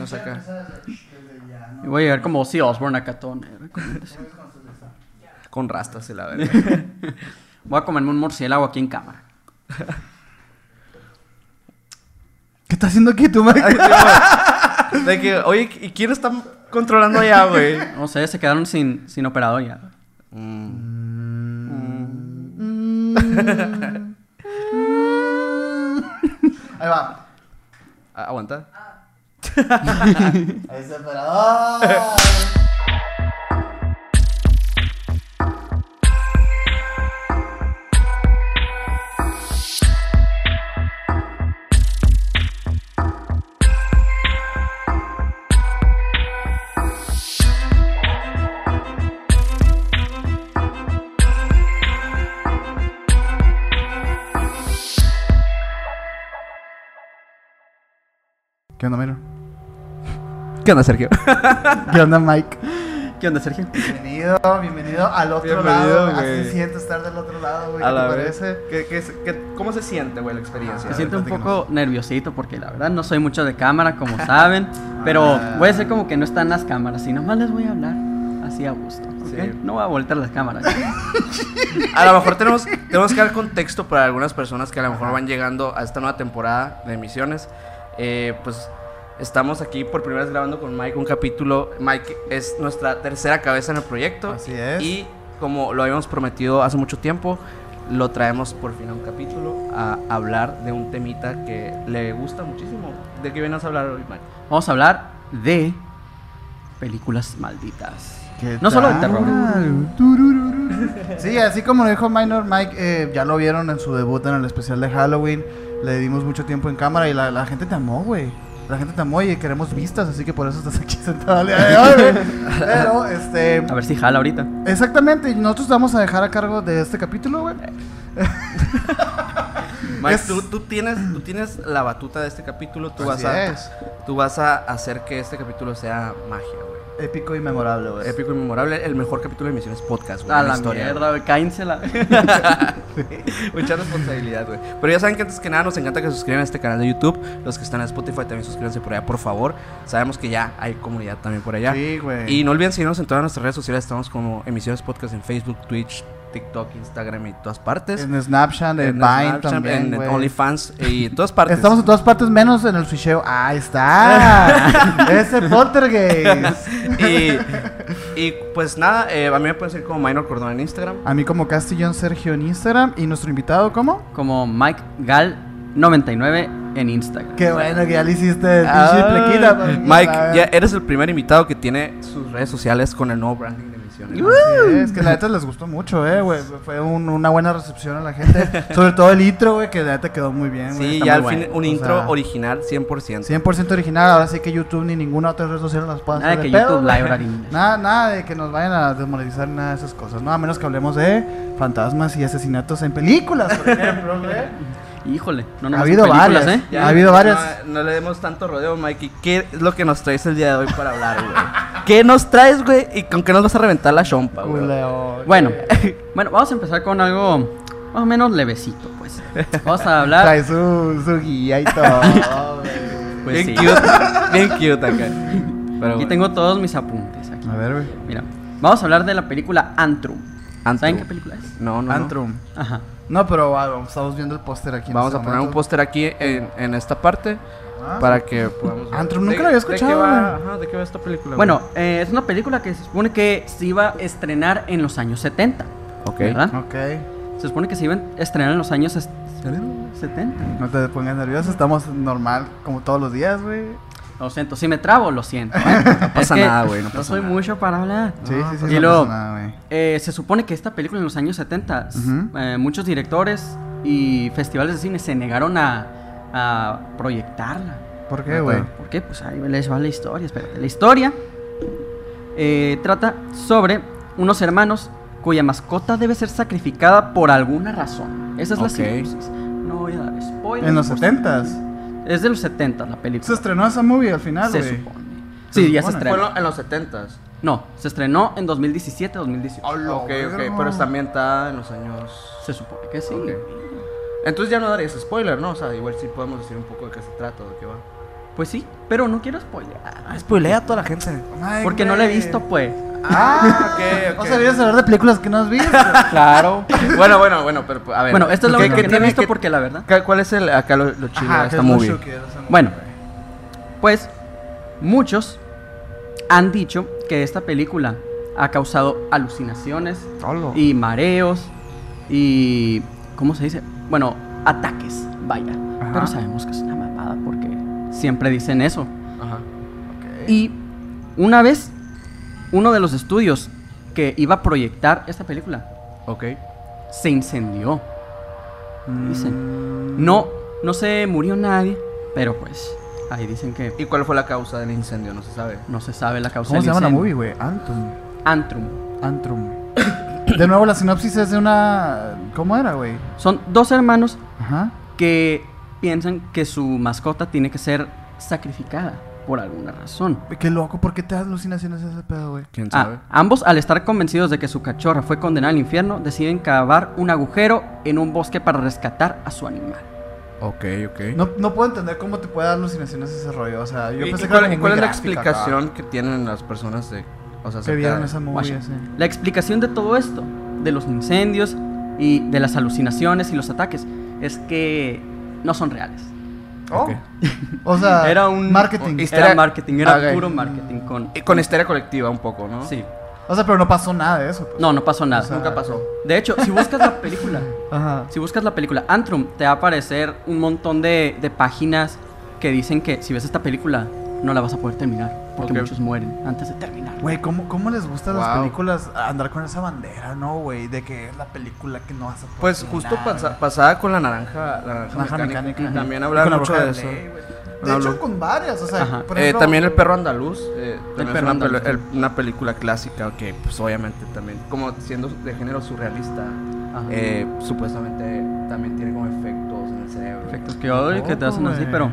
años acá. Y voy a llegar como si Osborne acá todo negro. Con rastas, se la verdad. Voy a comerme un murciélago aquí en cámara. ¿Qué estás haciendo aquí tú, Mike? De que, oye, ¿y quién está controlando allá, güey? No sé, se quedaron sin, sin operador ya. Ahí va. Ah, Aguanta. Ahí se paró. ¿Qué onda, Miro? ¿Qué onda, Sergio? ¿Qué onda, Mike? ¿Qué onda, Sergio? Bienvenido, bienvenido al otro Bienvenido, lado. güey. Así siento estar del otro lado, güey. A ¿Qué la te vez. parece? ¿Qué- qué se- qué- ¿Cómo se siente, güey, la experiencia? Me Ah, siento un platícanos. poco nerviosito porque la verdad no soy mucho de cámara, como saben. Pero voy a ser como que no están las cámaras y nomás les voy a hablar así a gusto. ¿ok? Sí. No voy a voltear las cámaras. A lo mejor tenemos, tenemos que dar contexto para algunas personas que a lo mejor van llegando a esta nueva temporada de emisiones. Eh, pues estamos aquí por primera vez grabando con Mike un capítulo. Mike es nuestra tercera cabeza en el proyecto. Así es. Y como lo habíamos prometido hace mucho tiempo, lo traemos por fin a un capítulo a hablar de un temita que le gusta muchísimo. ¿De qué vienes a hablar hoy, Mike? Vamos a hablar de películas malditas. ¿Qué No solo de tal? terror. Turururu. Sí, así como lo dijo Minor Mike, eh, ya lo vieron en su debut en el especial de Halloween. Le dimos mucho tiempo en cámara y la, la gente te amó, güey. La gente te amó y queremos vistas, así que por eso estás aquí sentado el día de hoy, güey. Pero, este. A ver si jala ahorita. Exactamente, y nosotros te vamos a dejar a cargo de este capítulo, güey. Mike, Es- tú, tú tienes, tú tienes la batuta de este capítulo. Tú vas, Así a, es. tú vas a hacer que este capítulo sea magia, güey. Épico y memorable, güey. Épico y memorable, el mejor capítulo de Misiones Podcast, güey. A en la historia, mierda, güey, cáensela. güey. Mucha responsabilidad, güey. Pero ya saben que antes que nada nos encanta que se suscriban a este canal de YouTube. Los que están en Spotify también suscríbanse por allá, por favor. Sabemos que ya hay comunidad también por allá. Sí, güey. Y no olviden seguirnos en todas nuestras redes sociales. Estamos como Emisiones Podcast en Facebook, Twitch, TikTok, Instagram y todas partes. En Snapchat, en, Vine Snapchat, también, en güey. OnlyFans y en todas partes. Estamos en todas partes menos en el switcheo. Ahí está. Ese poltergeist. y, y pues nada, eh, a mí me pueden seguir como Minor Cordón en Instagram. A mí como Castillón Sergio en Instagram y nuestro invitado como Como Mike Gal 99 en Instagram. Qué bueno que ya le hiciste el pinche Ah, plequita, pues, porque, Mike, a ver, ya eres el primer invitado que tiene sus redes sociales con el nuevo branding de Misiones. sí, es que la neta les gustó mucho, eh, güey. Fue un- una buena recepción a la gente. Sobre todo el intro, güey, que la neta quedó muy bien, güey. Sí, Está ya al muy fin bueno. un O intro sea, original 100%. 100% original, ahora sí que YouTube ni ninguna otra red social nos puede Nada hacer que de pedo, YouTube güey. Library. Nada, nada de que nos vayan a desmonetizar ni nada de esas cosas, ¿no? A menos que hablemos de fantasmas y asesinatos en películas, por ejemplo, ¿eh? güey. Híjole, no ha nomás en habido películas, varias, ¿eh? ha habido varias. No, no le demos tanto rodeo, Mike. ¿Y ¿Qué es lo que nos traes el día de hoy para hablar, güey? ¿Qué nos traes, güey? ¿Y con qué nos vas a reventar la chompa, güey? Culeo. Bueno, bueno, vamos a empezar con algo más o menos levecito, pues. Vamos a hablar. Trae su, su guía y todo, güey. Pues sí. bien cute, bien cute acá. Pero Aquí bueno. tengo todos mis apuntes. Aquí. A ver, güey. Mira, vamos a hablar de la película Antrum. Antrum. ¿Saben qué película es? No, no, no. Antrum. Ajá. No, pero ah, vamos- estamos viendo el póster aquí. en Vamos este a poner un momento. póster aquí en, en esta parte Ah. para que podamos ver. Antrum, nunca ¿De- lo había ¿De qué escuchado, va, güey. ajá, ¿de qué va esta película? güey? Bueno, eh, es una película que se supone que se iba a estrenar en los años 70. Ok. ¿Verdad? Ok. Se supone que se iba a estrenar en los años est- 70. No te pongas nervioso, estamos normal como todos los días, güey. Lo siento, si me trabo, lo siento. ¿eh? No pasa nada, güey, no pasa soy nada. mucho para hablar. Sí, Ah, sí, sí. Y no luego, pasa nada, güey. Eh, se supone que esta película en los años 70, s- Ujú. eh, muchos directores y festivales de cine se negaron a, a proyectarla. ¿Por qué, güey? ¿Por qué? Pues ahí les va la historia, espérate. La historia eh, trata sobre unos hermanos cuya mascota debe ser sacrificada por alguna razón. Esa es Ok. la sinopsis. No voy a dar spoilers. En los por 70s. si- Es de los 70 la película. Se estrenó esa movie al final, Se güey. supone. Sí, ya se supone. estrenó. Fue en lo- en los 70s. No, se estrenó en 2017, 2018. ok, ok, pero está ambientada en los años. Se supone que sí. Ok. Entonces ya no daré ese spoiler, ¿no? O sea, igual sí podemos decir un poco de qué se trata, de qué va. Pues sí, pero no quiero spoilear. Ah, spoilea a toda la gente. Ay, Porque no la he güey. visto, pues. Ah, ok, ok. O sea, vienes a hablar de películas que no has visto. Claro. Bueno, bueno, bueno, pero a ver. Bueno, esto es lo ¿Qué- único qué que no he tiene- visto qué- porque la verdad. ca- ¿Cuál es el, acá lo, lo chido Ajá, de esta que es lo movie? show que es esa movie. Bueno, pues muchos han dicho que esta película ha causado alucinaciones Solo. y mareos y ¿cómo se dice? Bueno, ataques, vaya. Ajá. Pero sabemos que es una mapada porque siempre dicen eso. Ajá. Y una vez uno de los estudios que iba a proyectar esta película Ok. se incendió. Dicen. No, no se murió nadie, pero pues ahí dicen que ¿Y cuál fue la causa del incendio? No se sabe. No se sabe la causa ¿Cómo del se llama la incendio. movie, güey? Antrum. Antrum. Antrum. De nuevo, la sinopsis es de una. ¿Cómo era, güey? Son dos hermanos Ajá. que piensan que su mascota tiene que ser sacrificada por alguna razón. Güey, Qué loco, ¿por qué te das alucinaciones a ese pedo, güey? ¿Quién Ah, ambos, al estar convencidos de que su cachorra fue condenada al infierno, deciden cavar un agujero en un bosque para rescatar a su animal. Ok, ok. No, no puedo entender cómo te puede dar alucinaciones ese rollo. O sea, yo ¿Y- pensé y que cuál, era y como cuál es muy la gráfica explicación que tienen las personas de, o sea, acá, acerca Que vieron de- esa movie, sí. Washington. La explicación de todo esto, de los incendios y de las alucinaciones y los ataques, es que no son reales. Oh. Ok. O sea, Era un marketing. un- Este Era era- marketing, Ah, era Ok. puro marketing con... Eh, Con histeria colectiva un poco, ¿no? Sí. O sea, pero no pasó nada de eso. pues. No, no pasó nada. O sea, Nunca pasó. De hecho, si buscas la película, Ajá. si buscas la película Antrum, te va a aparecer un montón de, de páginas que dicen que si ves esta película no la vas a poder terminar porque Ok. muchos mueren antes de terminar. Güey, ¿cómo, ¿cómo les gustan las Wow. películas andar con esa bandera, no, güey? De que es la película que no vas a poder Pues justo terminar, pasa- güey. pasada con la naranja, la naranja, Naranja mecánica, mecánica. ajá. también Y hablar con la mucho bruja de eso. Blair, güey. De Hablan- hecho, con varias, o sea, Ajá. por Eh, ejemplo- también el perro andaluz, eh, también es perro una, pel- andaluz. el- una película clásica que pues obviamente también, como siendo de género surrealista, Ajá. eh, supuestamente también tiene como efectos en el cerebro. Efectos que, ay, que te hacen así, Güey. pero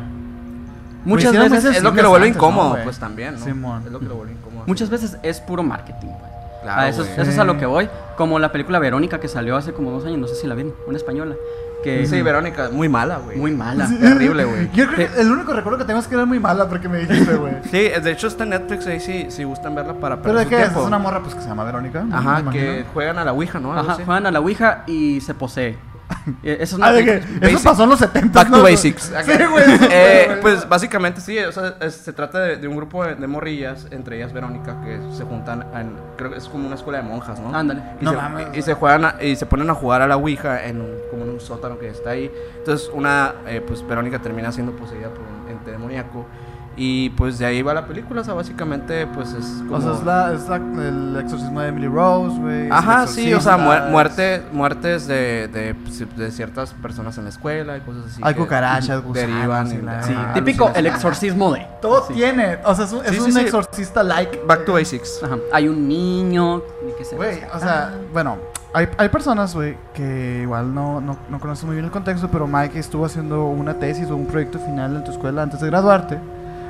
Pues muchas hicieron veces ese- Es lo que lo vuelve antes, ¿no, incómodo, güey? pues también, ¿no? Simón. Es lo que lo vuelve incómodo. muchas veces es puro marketing. pues. Claro, a eso, es- güey. eso es a lo Sí. que voy, como la película Verónica que salió hace como dos años, no sé si la vieron, una española que Sí, Verónica, muy mala, güey. muy mala. Terrible, güey. Yo creo que el único recuerdo que tengo es que era muy mala porque me dijiste, güey. Sí, de hecho está en Netflix ahí si, si gustan verla para ¿Pero perder de su qué es? Es tiempo. una morra pues que se llama Verónica. ¿no? Ajá, Me que imagino. juegan a la Ouija, ¿no? Algo Ajá, así. juegan a la ouija y se posee. Eh, Eso es una Ah, de que película- eso Basic- pasó en los 70 Back to basics. Sí, güey. eso fue, Eh, güey. pues básicamente sí, o sea, es- se trata de, de un grupo de, de morrillas, entre ellas Verónica, que se juntan, en- creo que es como una escuela de monjas, Ah, ¿no? Ándale. Y, No se, mames, y- y se juegan a- y se ponen a jugar a la Ouija en un, como en un sótano que está ahí. Entonces una, eh, pues Verónica termina siendo poseída por un ente demoníaco y pues de ahí va la película, o sea, básicamente pues es como... O sea, es, la, es la- el exorcismo de Emily Rose, güey. Ajá, es el sí, o sea, muer- exorcista, muerte, muertes de, de, pues, de ciertas personas en la escuela y cosas así. Hay que cucarachas, gusanos Derivan y en- la- Sí, ajá, típico el alucinaciones. exorcismo de. es- Todo tiene. O sea, es un, es Sí, sí, un sí. exorcista like. eh, Back to basics. Ajá, Hay un niño que se Güey, o sea, bueno, hay, hay personas, güey, que igual no, no, no conocen muy bien el contexto, pero Mike estuvo haciendo una tesis o un proyecto final en tu escuela antes de graduarte,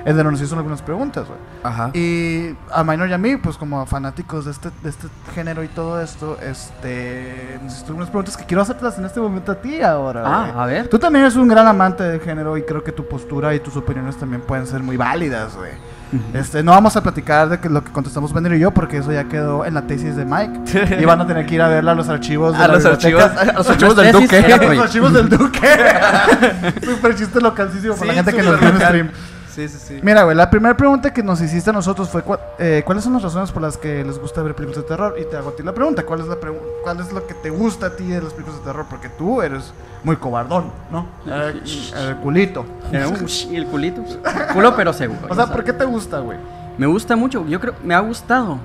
en donde nos hizo algunas preguntas, güey. Ajá. Ah. Y a Minor y a mí, pues como fanáticos de este, de este género y todo esto, este, nos hicieron unas preguntas que quiero hacerlas en este momento a ti ahora. Ah, güey. a ver. Tú también eres un gran amante del género y creo que tu postura y tus opiniones también pueden ser muy válidas, güey. Este, no vamos a platicar de que lo que contestamos Benner y yo porque eso ya quedó en la tesis de Mike y van a tener que ir a verla a los archivos de a la los biblioteca. archivos, a los archivos Nuestras del tesis eran Duque. los archivos del Duque. Super chiste localísimo para la gente que nos ve en stream. Sí, sí, sí. Mira, güey, la primera pregunta que nos hiciste a nosotros fue cua- eh, ¿cuáles son las razones por las que les gusta ver películas de terror? Y te hago a ti la pregunta, ¿cuál es, la pregu- ¿cuál es lo que te gusta a ti de las películas de terror? Porque tú eres muy cobardón, ¿no? Eh, eh, culito. Era un sh- y el culito. Culo pero seguro. O sea, ¿por qué te gusta, güey? Me gusta mucho. Yo creo, me ha gustado.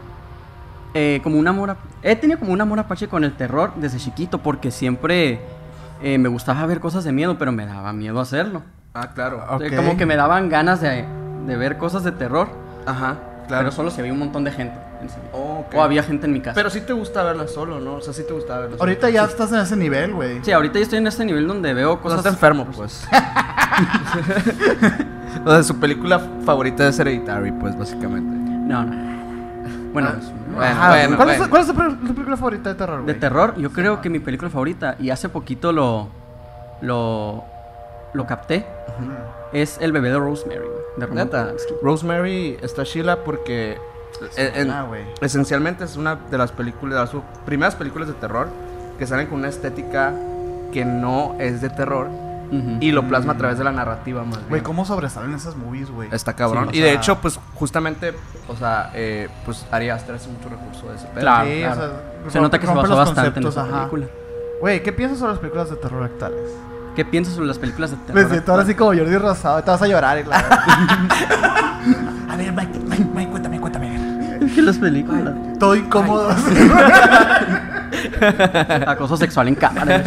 eh, como una mora. He tenido como una mora pache con el terror desde chiquito porque siempre eh, me gustaba ver cosas de miedo, pero me daba miedo hacerlo. Ah, claro. O sea, Ok. Como que me daban ganas de, de ver cosas de terror, Ajá, pero claro. solo se veía un montón de gente. en sí. Oh, ok. O había gente en mi casa. Pero sí te gusta verla solo, ¿no? O sea, sí te gusta verla solo. Ahorita ya estás en ese nivel, güey. Sí, ahorita yo estoy en este nivel donde veo O sea, cosas está enfermo, pues. o sea, su película favorita es Hereditary, pues, básicamente. No, no, no. Bueno, es- Ah. Bueno, Ajá, bueno, Ah, ¿Cuál, Es, bueno. cuál es tu, pre- tu película favorita de terror, güey? de terror, yo creo que mi película favorita, y hace poquito lo, lo lo capté, es el bebé de Rosemary, güey, de Roman Neta, Polanski. Rosemary está chila porque eh, en- en- Ah, güey. esencialmente es una de las películas, de las su- primeras películas de terror que salen con una estética que no es de terror Ujú. y lo plasma a través de la narrativa más Güey, bien. ¿cómo sobresalen esas movies, güey? Está cabrón. Sí, y o de sea- hecho, pues justamente, o sea, eh, pues Ari Aster hace mucho recurso de ese pedo. Claro, Sí, o claro. sea, Se rompe- nota que se basó rompe los bastante en conceptos, esa ajá. película. Güey, ¿qué piensas sobre las películas de terror actuales? ¿Qué piensas sobre las películas de terror? Me siento ahora así como Jordi Rosado, te vas a llorar. y la- A ver, Mike, Mike, Mike, cuéntame, cuéntame. ¿Qué las películas? Todo incómodo. Acoso sexual en cámara.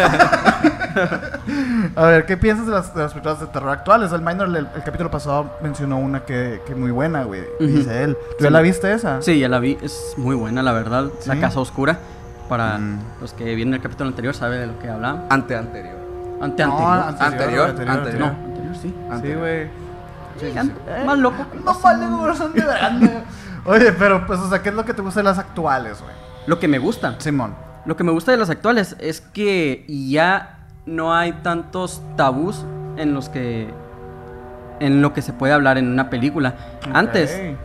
a ver, ¿qué piensas de las, de las películas de terror actuales? El Minor, el, el capítulo pasado, mencionó una que, que muy buena, güey. Dice él. ¿Tú ya Sí. la viste esa? Sí, ya la vi, es muy buena, la verdad. La ¿Sí? Casa Oscura. Para Mm. los que vieron el capítulo anterior, sabe de lo que hablaba. Ante anterior. Ante No, anterior. Anterior, No, anterior. anterior sí. Sí, Anterior. güey. Sí, an- Más loco. No vale, güey, son de grande. Oye, pero pues, o sea, ¿qué es lo que te gusta de las actuales, güey? Lo que me gusta. Simón. Lo que me gusta de las actuales es que ya no hay tantos tabús en los que. en lo que se puede hablar en una película. Antes, Ok.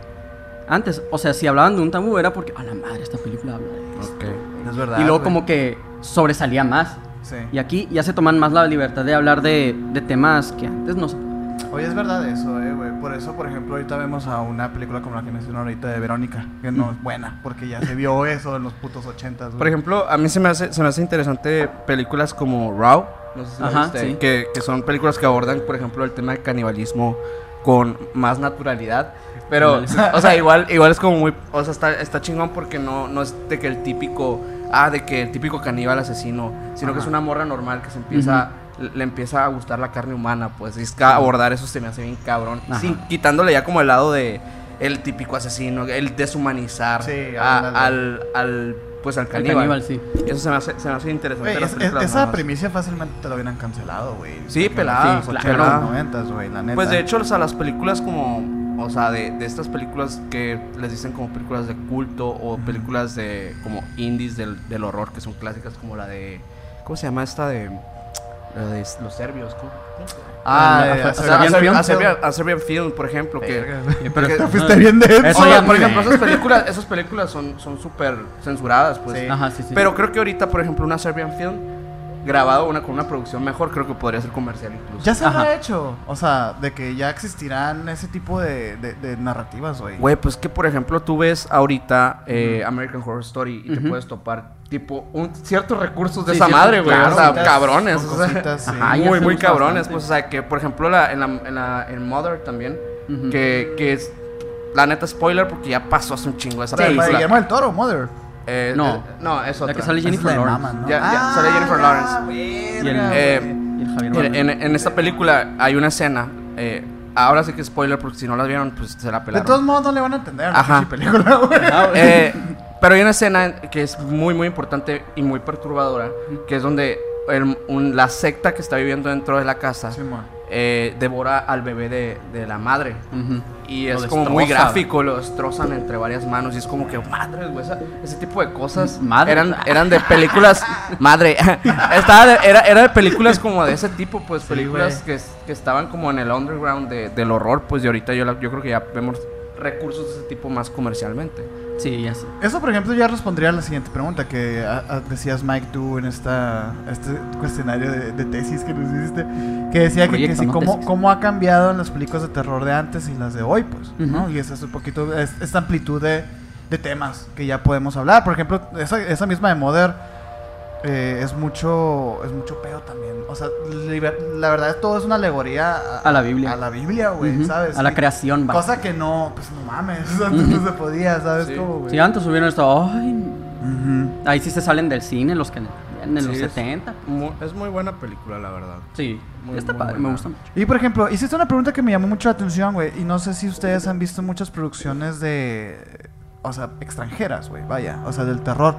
antes, o sea, si hablaban de un tabú era porque, a la madre, esta película habla de esto". Es verdad. Y luego güey. como que sobresalía más. Sí. Y aquí ya se toman más la libertad de hablar de, de temas que antes no se... Oye, es verdad eso, eh, güey. Por eso, por ejemplo, ahorita vemos a una película como la que mencionó ahorita de Verónica, que no es buena, porque ya se vio eso en los putos ochentas, güey. Por ejemplo, a mí se me hace, se me hace interesante películas como Raw, no sé si la Ajá, viste, sí. que, que son películas que abordan, por ejemplo, el tema del canibalismo con más naturalidad. Pero, o sea, igual, igual es como muy, o sea, está, está chingón porque no, no es de que el típico, ah, de que el típico caníbal asesino, sino que es una morra normal que se empieza, le- le empieza a gustar la carne humana, pues, y es que abordar eso se me hace bien cabrón, Ajá. sin quitándole ya como el lado de el típico asesino, el deshumanizar Sí, a- al, ándale. al, pues al El caníbal. caníbal, sí. Eso se me hace, se me hace interesante. Güey, las es- es- películas esa nuevas. primicia fácilmente te la hubieran cancelado, güey. Sí, Porque pelada, En los claro. ochentas, noventas, güey, la neta. Pues de hecho, o sea, las películas como. O sea, de, de estas películas que les dicen como películas de culto o películas de. como indies del, del horror que son clásicas como la de. ¿Cómo se llama esta de.? La de los serbios, ¿cómo? cómo se llama? Ah, La- eh, la- o sea, Serbian Film. a Serbian- a Serbian Film, por ejemplo, que. Verga, que- güey. pero- Te fuiste bien de Eso Oye, ya- por ejemplo, esas películas, esas películas son son súper censuradas, pues. Sí. Ajá, sí, sí. Pero creo que ahorita, por ejemplo, una Serbian Film grabado una, con una producción mejor, creo que podría ser comercial incluso. Ya se Ajá. habrá hecho. O sea, de que ya existirán ese tipo de, de, de narrativas, güey. Güey, pues que por ejemplo tú ves ahorita eh, American Horror Story y te Ujú. puedes topar tipo un, ciertos recursos de Sí, esa cierto, madre, güey. claro, o sea, cositas, cabrones. con o sea, cositas, sí. Ajá, ya muy, se muy usa cabrones. bastante. Pues, o sea, que por ejemplo la, en, la, en, la- en Mother también, Ujú. que, que es la neta spoiler porque ya pasó hace un chingo esa Sí, la de película. Guillermo del Toro, Mother. Eh, No. eh, no, es La otra. que sale Jennifer Esa es la de Lawrence. Maman, ¿no? Ah, Ya- ya, sale Jennifer Lawrence. Lawrence. verga, Eh, Y el Javier En, Bardem. en- en esta película hay una escena. eh, ahora sí que spoiler porque si no la vieron, pues se la de pelaron. todos modos no le van a entender a la Ajá. pinche película, güey. Ah, güey. Eh, pero hay una escena que es muy, muy importante y muy perturbadora, que es donde el- un- la secta que está viviendo dentro de la casa Simón. eh, devora al bebé de, de la madre. Ujú. Y Lo es como muy destroza, gráfico, lo destrozan entre varias manos y es como que, madre, güey, esa- ese tipo de cosas Madre. Eran, eran de películas, madre, estaba de- era, era de películas como de ese tipo, pues películas que, es- que estaban como en el underground de- del horror, pues y ahorita yo, la- yo creo que ya vemos recursos de ese tipo más comercialmente. Sí, ya sé. Eso, por ejemplo, ya respondría a la siguiente pregunta que ah, ah, decías, Mike, tú en esta, este cuestionario de, de tesis que nos hiciste, que decía que- que, Proyecto, sí, no cómo, tesis. cómo ha cambiado en las películas de terror de antes y las de hoy, pues, ¿no? Ujú. Y esa es un poquito, es- esta amplitud de, de temas que ya podemos hablar. Por ejemplo, esa, esa misma de Modern eh, es mucho es mucho pedo también. O sea, liber- la verdad, todo es una alegoría A la Biblia. A la Biblia, güey, Ujú. ¿sabes? A la Y- creación, va. Cosa que no, pues no mames, antes no se podía, ¿sabes Sí. cómo, güey? Si antes hubieran esto, ay, Ujú. ahí sí se salen del cine los que en los Sí, es- 70. Mu- es muy buena película, la verdad. Sí, Muy, está muy padre, buena. me gusta mucho. Y por ejemplo, hiciste una pregunta que me llamó mucho la atención, güey. Y no sé si ustedes han visto muchas producciones de. O sea, extranjeras, güey. Vaya, o sea, del terror.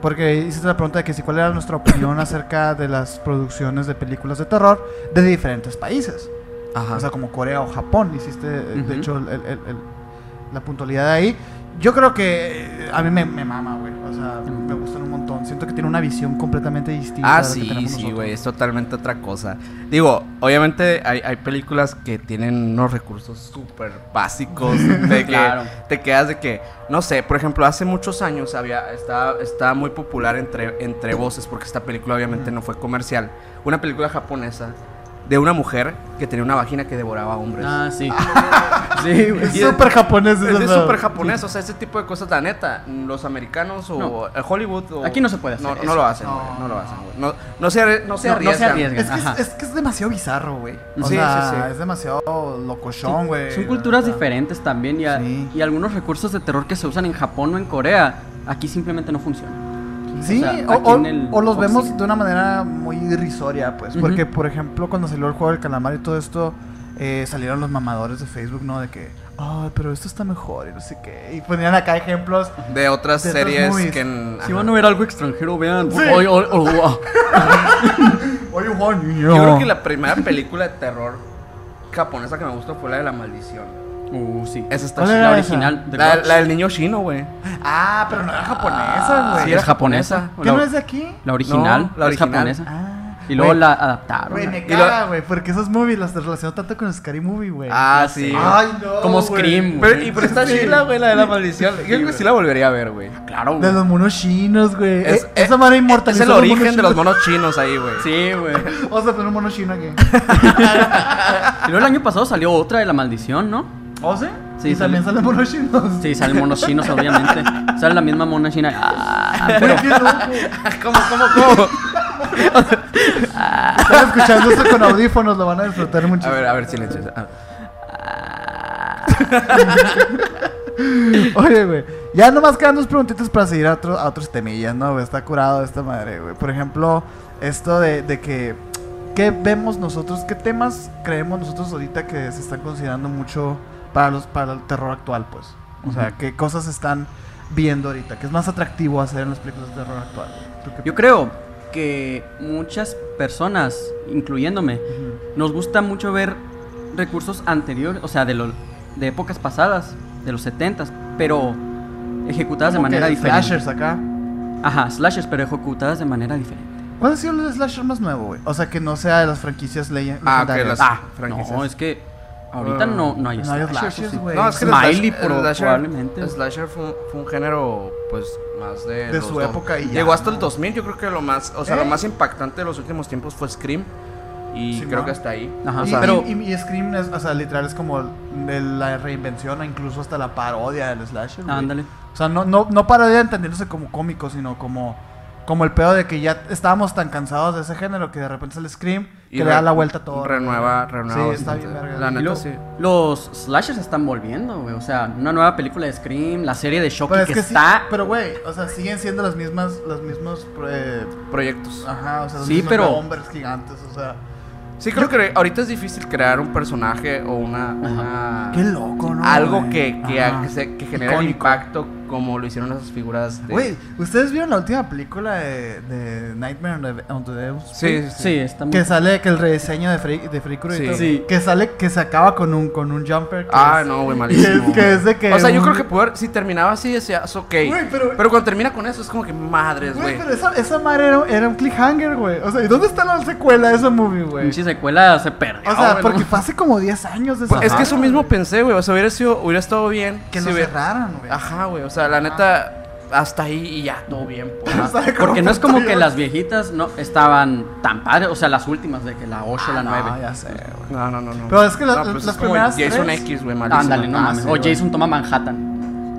Porque hiciste la pregunta de que si cuál era nuestra opinión acerca de las producciones de películas de terror de diferentes países. Ajá. O sea, como Corea o Japón. Hiciste, eh, Ujú. de hecho, el- el- el- el- la puntualidad de ahí. Yo creo que eh, a mí me, me mama, güey. O O sea, me gustan un montón. Siento que tiene una visión completamente distinta. Mm. Ah, de lo que sí, tenemos sí, nosotros. güey, es totalmente otra cosa. Digo, obviamente hay, hay películas que tienen unos recursos súper básicos de que Claro. te quedas de que, no sé, por ejemplo, hace muchos años había, estaba, estaba muy popular entre, entre voces, porque esta película obviamente no fue comercial, una película japonesa de una mujer que tenía una vagina que devoraba hombres. Ah, sí. sí, güey. Es súper japonés. Es esa de madre. súper japonés, o sea, ese tipo de cosas, la neta, los americanos o No. el Hollywood o- Aquí no se puede hacer No, no eso. lo hacen, güey, no, lo hacen, güey. No, no se, arri- no se No, no se arriesgan. arriesgan. Es que Ajá. es, es que es demasiado bizarro, güey. O Sí, sea, sí, sí. es demasiado locochón, güey. Son culturas O sea, diferentes también y, a- Sí. y algunos recursos de terror que se usan en Japón o en Corea, aquí simplemente no funcionan. Sí, O sea, o, aquí o- en el o los boxing. vemos de una manera muy irrisoria, pues. Ujú. Porque, por ejemplo, cuando salió el juego del calamar y todo esto, eh, salieron los mamadores de Facebook, ¿no? De que, ay, pero esto está mejor y no sé qué. Y ponían acá ejemplos. De otras De otras series movies. que... en- Si ajá. van a ver algo extranjero, vean. Oye, oye, oye, wow. Oye, Juan, Yo creo que la primera película de terror japonesa que me gustó fue la de La Maldición. Uh, sí. Esa está ¿Cuál chida. era? La original. The La, Grudge. la del niño chino, güey. Ah, pero no era japonesa, güey. sí, era es japonesa. ¿Qué no La- es de aquí? La original, No, la es original. japonesa. Ah. Y luego güey, la adaptaron. Güey, me Ah, Y lo- caga, güey, porque esos movies las relaciono tanto con Scary Movie, güey. Ah, sí. sé. güey. Ay, no. Como güey. Scream. Pero, y pero está Sí. chila, güey, la de La Maldición. Yo creo que sí la volvería a ver, güey. Claro, De los monos chinos, güey. Es- e- Eh, esa madre Es inmortalizó el a los origen de los chinos. monos chinos ahí, güey. Sí, güey. Vamos a poner un mono chino aquí. Y luego el año pasado salió otra de La Maldición, ¿no? ¿Oh, ¿O sí? Sí, y también salen monos chinos. Sí, salen monos chinos, obviamente. Sale la misma mona china. Ah, Güey, pero qué loco. ¿Cómo, cómo, cómo? Están escuchando esto con audífonos, lo van a disfrutar A muchísimo. ver, a ver, silencio. Ah. Oye, güey. Ya nomás quedan dos preguntitas para seguir a, otro- a otros temillas, ¿no? güey? Está curado esta madre, güey. Por ejemplo, esto de, de que. ¿Qué vemos nosotros? ¿Qué temas creemos nosotros ahorita que se están considerando mucho para, los, para el terror actual, pues? O sea, ¿qué cosas están viendo ahorita? ¿Qué es más atractivo hacer en las películas de terror actual? ¿Tú qué yo creo que muchas personas, incluyéndome, Ujú. nos gusta mucho ver recursos anteriores, o sea, de, lo- de épocas pasadas, de los 70s, pero ejecutadas de Como que manera diferente. Slashers acá. Ajá, slashers, pero ejecutadas de manera diferente. ¿Cuál ha sido el slasher más nuevo, güey? O sea, que no sea de las franquicias leyen- Ah, que legendarias. las- Ah, franquicias. no, es que ahorita Ah. no, no hay No hay slashers. slashers, o sí. güey. No, es que el Smiley, slash- pro- el pues, slasher, probablemente. el Slasher fue un, fue un género, pues, más de. De los su dos- época y ya, Llegó hasta el ¿no? 2000, yo creo que lo más. O sea, lo ¿Eh? más impactante de los últimos tiempos fue Scream. Y Simón. creo que hasta ahí. Ajá, y, sí, pero pero... y, y Scream es, o sea, literal es como de la reinvención o incluso hasta la parodia del slasher. güey. ándale. O sea, no, no, no parodia entendiéndose como cómico, sino como, como el pedo de que ya estábamos tan cansados de ese género que de repente es el Scream Y que le da re- la vuelta a todo. Renueva, renueva. Sí, está bastante. bien verga. La Y neta, luego, sí. Los slashers se están volviendo, güey. O sea, una nueva película de Scream, la serie de Shocky Pero es que, que sí, está. pero güey, o sea, siguen siendo las mismas, los mismos, eh, Proyectos. ajá, o sea, los Sí, mismos pero- hombres gigantes, o sea, Sí, creo que ahorita es difícil crear un personaje o una. una- qué loco, ¿no? algo güey? que, que, Ajá. que se- que genera el Icónico. impacto como lo hicieron esas figuras de. Güey, ¿ustedes vieron la última película de, de Nightmare on the- on the Elm Street? sí, sí. Sí, está muy. Que sale que el rediseño de Freddy de Freddy Krueger y Sí. todo, Sí. Que sale que se acaba con un con un jumper. que Ah, es- no, güey, malísimo. es que es de que o sea, yo un- creo que poder, si terminaba así, decías, ok. Güey, pero- pero... cuando termina con eso, es como que madres, Güey, güey. pero esa, esa madre era, era un cliffhanger, güey. O sea, ¿y dónde está la secuela de ese movie, güey? Pues, Pinche secuela se perdió. O sea, güey, porque ¿no? fue hace como 10 años de esa Pues, Ah, es que madre, eso mismo güey. pensé, güey. O sea, hubiera, sido, hubiera estado bien. Que si lo hubiera- cerraran, güey. Ajá, güey. O sea, la neta, hasta ahí y ya, todo bien, pues. O sea, Porque no es como que Dios. las viejitas no estaban tan padres. O sea, las últimas, de que la 8, la 9. Ah, No, ya sé, güey. No, no, no, no. Pero es que la- pues las es como primeras Jason tres- X, güey, malísimo. Ándale, no Ah, mames. sí, O güey. Jason toma Manhattan.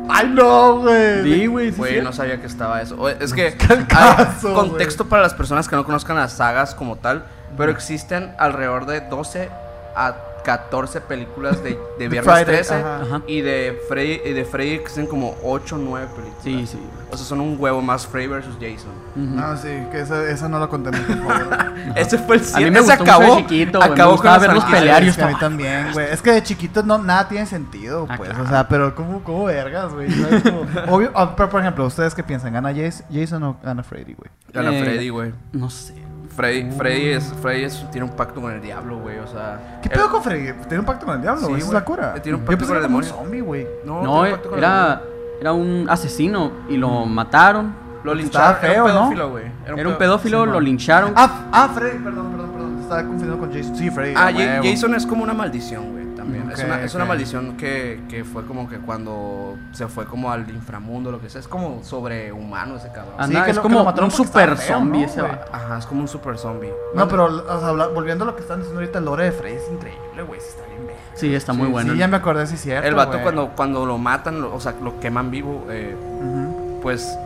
Ay, no, güey. Sí, güey, sí, Güey, sí. no sabía que estaba eso. O- Es que, caso, ah, contexto para las personas que no conozcan las sagas como tal, pero existen alrededor de 12 a 14 películas de, de Viernes Friday, 13 ajá. Ajá. y de Freddy, y de Freddy existen como 8 o 9 películas. Sí, sí. O sea, son un huevo más Freddy versus Jason. Ujú. No, sí, que esa, esa no la contemplé, por favor. Ese fue el A mí cierre. me Ese gustó mucho de acabó. chiquito, güey, me acabó gustaba con verlos los Ay, pelear y yo es que a mí estaba- también, güey. Es que de chiquitos no, nada tiene sentido, Ah, pues. claro. O sea, pero ¿cómo, cómo vergas, güey? ¿Sabes? Como- Obvio, ah, pero por ejemplo, ¿ustedes qué piensan? ¿Gana Jace- Jason o gana Freddy, güey? Gana Eh. Mm. Freddy, güey. No sé. Freddy, Freddy, es, Freddy es- tiene un pacto con el diablo, güey. O sea. ¿Qué el- pedo con Freddy? Tiene un pacto con el diablo, Sí, güey. Esa es güey. la cura. Tiene un Yo pacto pensé con que el era como un demonio. eh, zombie, güey. No, No, tiene un pacto con el era, era un asesino y lo mataron. Lo Estaba lincharon. feo, Pues era ¿no? un pedófilo, güey. Era un pedófilo, Sí, lo man. lincharon. Ah, ah, Freddy, perdón, perdón, perdón. Estaba confundiendo con Jason. Sí, Freddy. Ah, a Ja- huevo. Jason es como una maldición, güey, también. es, Ok, una, es una ok. maldición que, que fue como que cuando se fue como al inframundo, lo que sea. Es como sobrehumano ese cabrón. Anda, Sí, que Ah, es lo- que como lo mataron un porque super estaba feo, zombie Ah, ¿no, ese güey? vato. Ajá, es como un super zombie. No, pero o sea, habla- volviendo a lo que están diciendo ahorita, el lore de Freddy es increíble, güey. sí Está bien, verga. Sí, está muy Sí, bueno. Sí, ya me acordé, sí, es cierto. El vato güey. cuando, cuando lo matan, lo- o sea, lo queman vivo, eh, Ujú. pues,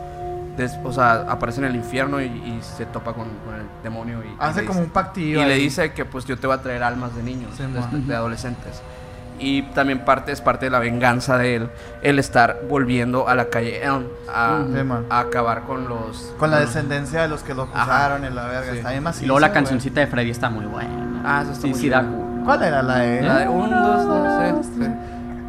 des- o sea, aparece en el infierno y, y se topa con, con el demonio. Y, y Hace le como dice- un pactillo. Y le ahí. dice que pues yo te voy a traer almas de niños, Sí, de- ma. de, adolescentes. Y también parte, es parte de la venganza de él, el estar volviendo a la calle Elm a, Sí, ma. a acabar con los... Con la con los- descendencia de los que lo acusaron en la verga. Sí. Está bien macizo, Y luego la güey. cancioncita de Freddy está muy buena. Ah, eso está Sí, muy sí, chido. da cu- ¿Cuál era la de? La de un, dos, no sé. tres.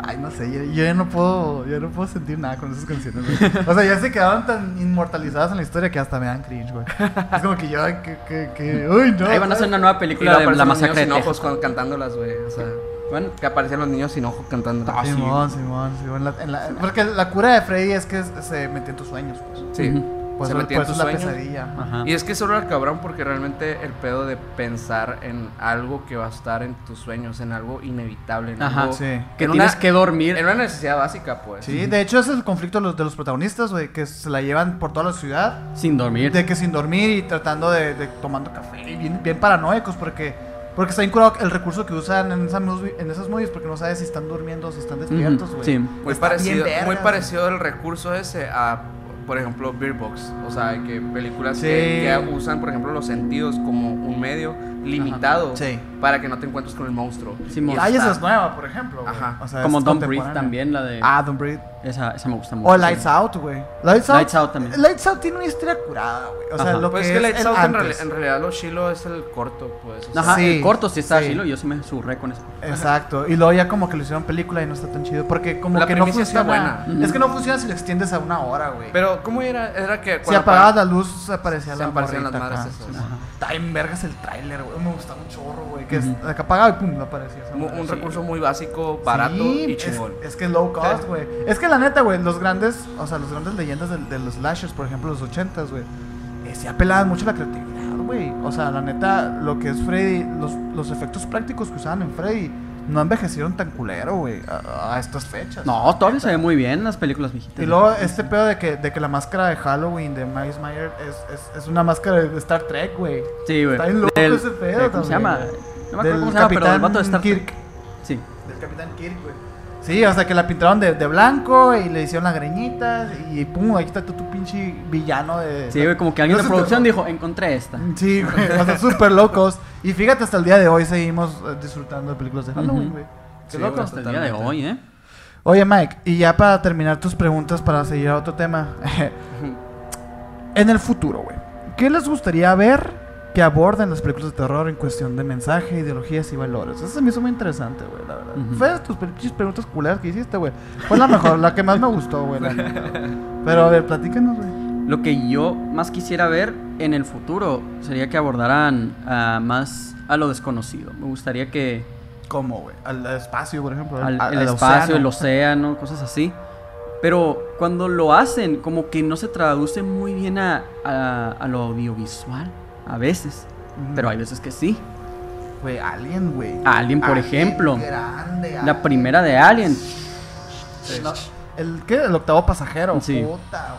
Ay, no sé, yo, yo ya no puedo, yo no puedo sentir nada con esas canciones, güey. O sea, ya se quedaron tan inmortalizadas en la historia que hasta me dan cringe, güey. Es como que yo, que, que, que, uy, no. Ahí van a hacer una nueva Y película luego de aparecen la los masacre niños de sin ojos Texas. cuando- cantándolas, güey. O sea, Bueno, que aparecen los niños sin ojos cantando. Ah, Simón, Simón, Simón. la- en la- porque la cura de Freddy es que es- se metió en tus sueños, pues. Sí. Por se eso, metía por en tus eso es la sueños. pesadilla. ajá. ajá. Y es que solo al cabrón porque realmente el pedo de pensar en algo que va a estar en tus sueños, en algo inevitable, en Ajá, algo- sí. Que en tienes una- que dormir. en una necesidad básica, pues. Sí, de hecho es el conflicto de los, de los protagonistas, güey, que se la llevan por toda la ciudad. Sin dormir. De que sin dormir y tratando de, de tomando café y bien, bien paranoicos porque porque está incurado el recurso que usan en, esa movie- en esas movies porque no sabes si están durmiendo o si están despiertos, Ujú, güey. sí. Muy Está bien Pues parecido, vergas, muy güey. parecido el recurso ese a, por ejemplo, Beer Box. O sea, que películas Sí. que, que usan, por ejemplo, los sentidos como un medio limitado Sí. para que no te encuentres con el monstruo. Simón. Y Ay, está- esa es nueva, por ejemplo. güey. Ajá. O sea, Como es Don't Breathe contemporánea. también, la de. Ah, Don't Breathe. Esa, esa me gusta mucho. O Lights Out, güey. Lights Out. Lights Out también. Lights Out tiene una historia curada, güey. O sea, Ajá. lo Pues que es que es Lights el Out en, antes. reali- en realidad lo chilo es el corto, pues. o sea, Ajá, Sí, el corto sí está sí. chilo. Yo sí me surré con eso. Exacto, y luego ya como que lo hicieron película y no está tan chido porque como La que no premisa está funciona. buena. Es que no funciona si lo extiendes a una hora, güey. Pero, ¿cómo era? Era que Si cuando apagabas la luz, se aparecía se la aparecían las morrita madres acá. esas. Está en vergas el tráiler, güey. Me gustaba un chorro, güey. Que es- acá apagaba y pum, aparecía. esa Un, madre. un Sí. recurso muy básico, barato Sí, y es- chingón. Es, que es low cost, güey. Es que la neta, güey, los grandes, o sea, los grandes leyendas de, de los slashers, por ejemplo, los 80s, güey, eh, se apelaban mucho a la creatividad, güey. O sea, la neta, lo que es Freddy, los, los efectos prácticos que usaban en Freddy no envejecieron tan culero, güey, a, a estas fechas. No, todavía se ve muy bien las películas viejitas. Y luego este pedo de que, de que la máscara de Halloween de Miles Myers es, es, es una máscara de Star Trek, güey. Sí, güey. Está bien loco Del- ese pedo ¿Cómo se también, llama? güey. No me acuerdo cómo se llama, pero el vato de Star Trek. Kirk. Sí. Del Capitán Kirk, güey. Sí, o sea, que la pintaron de, de blanco y le hicieron las greñitas y pum, ahí está tu, tu pinche villano de... Sí, güey, como que alguien No de sé, producción te- dijo, encontré esta. Sí, güey, o sea, súper locos. Y fíjate, hasta el día de hoy seguimos eh, disfrutando de películas de Halloween, Ujú. güey. Qué Sí, loco. güey, Hasta el día de hoy, ¿eh? Oye, Mike, y ya para terminar tus preguntas, para seguir a otro tema. en el futuro, güey. ¿Qué les gustaría ver que aborden las películas de terror en cuestión de mensaje, ideologías y valores? Eso se me hizo muy interesante, güey, la verdad. Ujú. Fue de tus pinches preguntas culeras que hiciste, güey. Fue la mejor, la que más me gustó, güey. la neta, güey. Pero a ver, platícanos, güey. Lo que yo más quisiera ver en el futuro sería que abordaran ah, más a lo desconocido. Me gustaría que ¿Cómo, güey? Al espacio, por ejemplo. al- el espacio, el océano, cosas así. Pero cuando lo hacen, como que no se traduce muy bien a, a- a lo audiovisual, a veces. Ujú. Pero hay veces que sí. Güey, Alien, güey. Alien, por ejemplo. grande, La Alien. primera de Alien, No, ¿El qué? El octavo pasajero. Sí. Puta,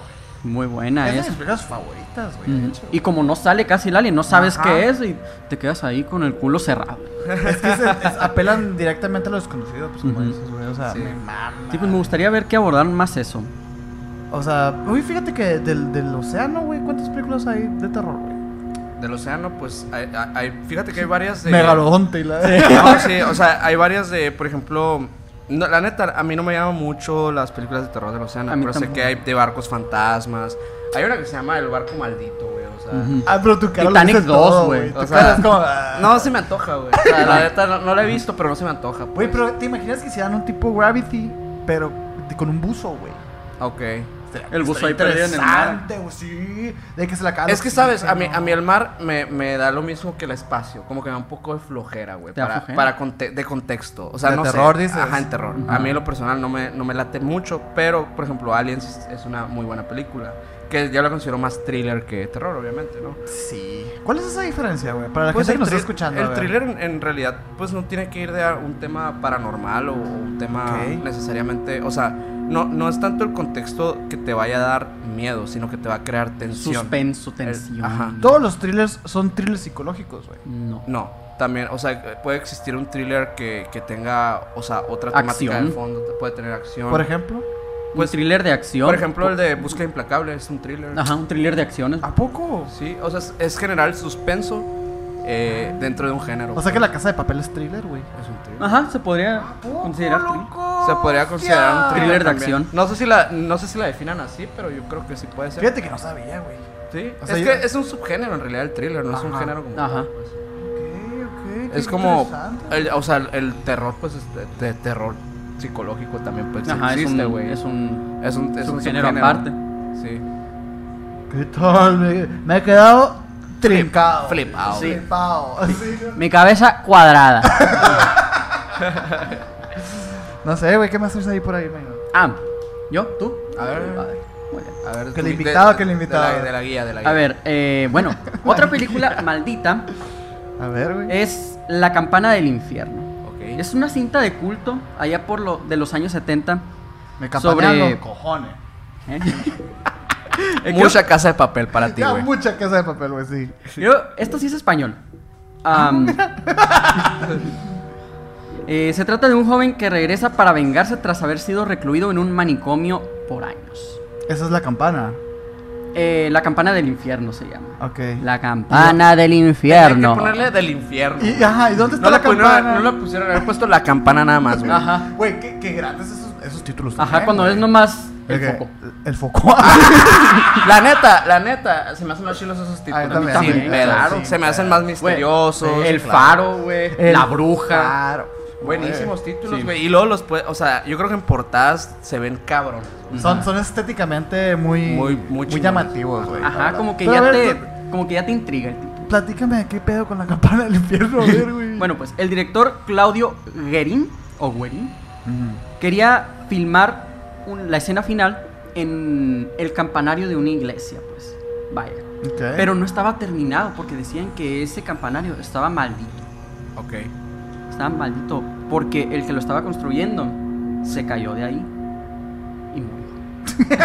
güey. muy buena Es de esa. mis películas favoritas, güey. de Ujú. hecho. Y como no sale casi el alien, no sabes Ajá. qué es y te quedas ahí con el culo cerrado. Es que se- es- apelan directamente a lo desconocido, pues como Ujú. dices, güey. O sea, Sí. me mama. Sí, pues me gustaría ver que abordaran más eso. O sea, uy, fíjate que del, del océano, güey, ¿cuántas películas hay de terror, güey? Del océano, pues, hay, hay- hay- fíjate que hay varias de... Megalodonte y la. No, sí, o sea, hay varias de, por ejemplo, no, la neta, a mí no me llaman mucho las películas de terror del océano, A mí pero sé tampoco. que hay de barcos fantasmas. Hay una que se llama El barco maldito, güey, o sea... Ujú. Ah, pero tu cara lo Titanic dices 2, todo, güey. Tu O cara sea, es como. ah. No se me antoja, güey. O sea, la neta, no, no la he visto, pero no se me antoja. Güey, pues. pero ¿te imaginas que hicieran un tipo Gravity, pero de- con un buzo, güey? Ok. El gusto Está ahí perdido en el mar. interesante, güey, sí. De que se la cagan Es los que sabes, a mí, pinches, a mí ¿no? el mar me, me da lo mismo que el espacio. Como que me da un poco de flojera, güey. ¿Te da Para, flojera? para conte- de contexto. O sea, ¿De no terror, sé. dices? Ajá, en terror. A mí en lo personal no me, no me late mucho. Pero, por ejemplo, Aliens es- es una muy buena película. Que yo la considero más thriller que terror, obviamente, ¿no? Sí. ¿Cuál es esa diferencia, güey? Para la Pues gente que nos está thrill- escuchando. a El ver. thriller en, en realidad pues no tiene que ir de a un tema paranormal o un tema Ok. necesariamente, o sea, no, no es tanto el contexto que te vaya a dar miedo, sino que te va a crear tensión. Suspenso, tensión. ajá. Todos los thrillers son thrillers psicológicos, güey. No. No, también, o sea, puede existir un thriller que, que tenga, o sea, otra temática Acción. de fondo, te- puede tener acción. Por ejemplo. un thriller de acción. Por ejemplo, el de Busca Implacable es un thriller. Ajá, un thriller de acciones. ¿A poco? Sí, o sea, es, es generar suspenso eh, dentro de un género. O sea que la casa de papel es thriller, güey. es un thriller. Ajá, se podría Oh, considerar thriller. Ah. Se podría considerar un thriller Thriller de también. acción. No sé si la no sé si la definan así, pero yo creo que sí puede ser. Fíjate que no sabía, güey. Sí. O sea, es yo- que es un subgénero en realidad el thriller, no es un Ajá. género como Ajá. pues. Ok, ok. Es qué como interesante. el- o sea, el- el terror pues es de, de terror psicológico también pues Ajá, es existe, un, güey. es un es un es un subgénero subgénero. aparte. Sí. ¿Qué tal? Me, me he quedado trincado. flipado. Sí. Flipado. Sí, no- Mi cabeza cuadrada. No sé, güey, ¿qué más haces ahí por ahí, man? ah, ¿yo? ¿Tú? A ver. Muy bien. A ver, Que el de- invitado, de- que el de la- invitado. de la guía, de la guía. A ver, eh, bueno, otra película maldita A ver, Eh, güey. es La campana del infierno. Ok. Es una cinta de culto allá por lo de los años 70. me campanean sobre- los cojones. ¿eh? Mucha casa de papel para ti, Ya güey. mucha casa de papel, güey, sí. Yo, esto sí es español. Am, eh, se trata de un joven que regresa para vengarse tras haber sido recluido en un manicomio por años. Esa es la campana. Eh, la campana del infierno se llama. Ok. La campana del infierno. Hay que ponerle del infierno. Y, ajá, ¿y dónde está No la la, pusieron, campana? no la pusieron, habían puesto la campana nada más, güey. Ajá. Güey, qué, qué grandes esos, esos títulos. Ah. Ajá, también, cuando güey. es nomás el De que- foco. Ah, El foco. La neta, la neta, se me hacen más chilos esos títulos. Ah, yo también, Sin también, pedo. claro, sí, se me claro. hacen más Güey, misteriosos. El claro. faro, güey. El La bruja. Claro. Buenísimos títulos, Sí. güey. Y luego los puede, o sea, yo creo que en portadas se ven cabrones. Son, son estéticamente muy, Muy- muy, muy chingones. llamativos, güey. la Ajá, verdad. como que Pero a ya ver, te. Como que ya te intriga el tipo. pl- Platícame de qué pedo con la campana del infierno, a ver, güey. Bueno, pues el director Claudio Guerin, o Guerin, Ujú. quería filmar un- la escena final en el campanario de una iglesia, pues. Vaya. Ok. Pero no estaba terminado porque decían que ese campanario estaba maldito. Ok. Estaba maldito porque el que lo estaba construyendo se cayó de ahí y murió.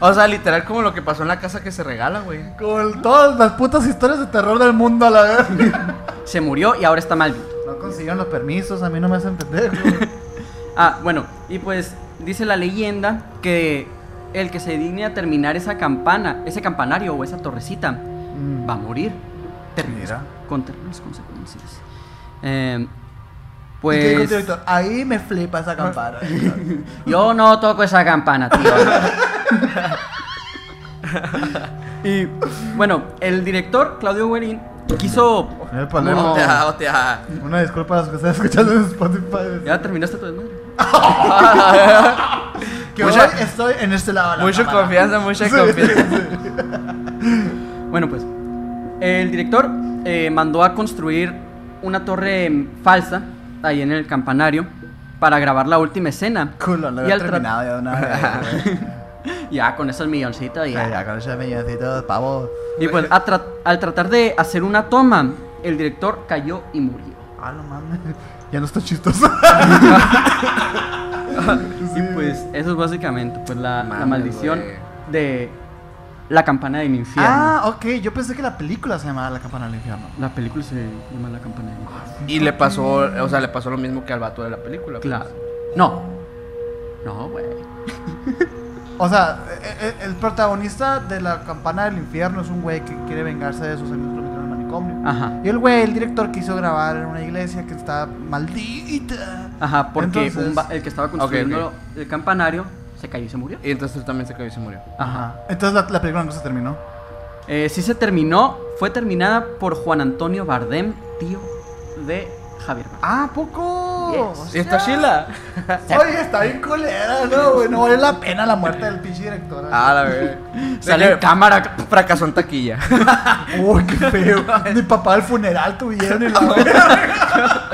O sea, literal como lo que pasó en la casa que se regala, güey. Con todas las putas historias de terror del mundo a la vez. Se murió y ahora está maldito. no consiguieron los permisos, a mí no me hacen entender. güey. Ah, bueno, y pues dice la leyenda que el que se digne a terminar esa campana, ese campanario o esa torrecita, Mm. va a morir. Terribles, Mira. con terribles consecuencias. Eh, ¿Y qué dijo el pues director? Ahí me flipa esa campana. yo no toco esa campana, tío. y bueno, el director Claudio Guerin quiso. El problema. No. Otea, otea. Una disculpa a los que están escuchando en Spotify. Ya terminaste tu desmadre. Que Mucha- hoy estoy en este lado de la Mucha cámara. confianza, mucha Sí, confianza. sí. Bueno, pues el director eh, mandó a construir una torre em, falsa ahí en el campanario para grabar la última escena. Culo, lo y había al tra- terminado ya una vez. güey. Ya, ah, con esos milloncitos ya. Ya, ya, con ese milloncito de pavos. Y pues a tra- al tratar de hacer una toma, el director cayó y murió. Ah, no mames. Ya no está chistoso. Y pues eso es básicamente pues la, la Mames, maldición güey. de la campana del infierno. ah, ok. Yo pensé que la película se llamaba La Campana del Infierno. La película se llama La campana del infierno. Y le pasó, o sea, le pasó lo mismo que al vato de la película. pues. Claro. No. No, güey. O sea, e- e- el, protagonista de La Campana del Infierno es un güey que quiere vengarse de sus amigos que lo metieron en el manicomio. Ajá. Y el güey, el director, quiso grabar en una iglesia que está maldita. Ajá, porque Entonces- un va- el que estaba construyendo el campanario se cayó y se murió. Y entonces él también se cayó y se murió. Ajá. Entonces la, la película no se terminó. Eh, sí se terminó, fue terminada por Juan Antonio Bardem, tío de Javier Bardem. Ah, ¿a poco. Yes. ¿Está Sheila? Oye, está bien culera, no, güey. No vale la pena la muerte del pinche director. ¿eh? Ah, la verdad. Sale en cámara. Eh, Fracasó en taquilla. Uy, qué feo. Mi papá al funeral tuvieron y la verga.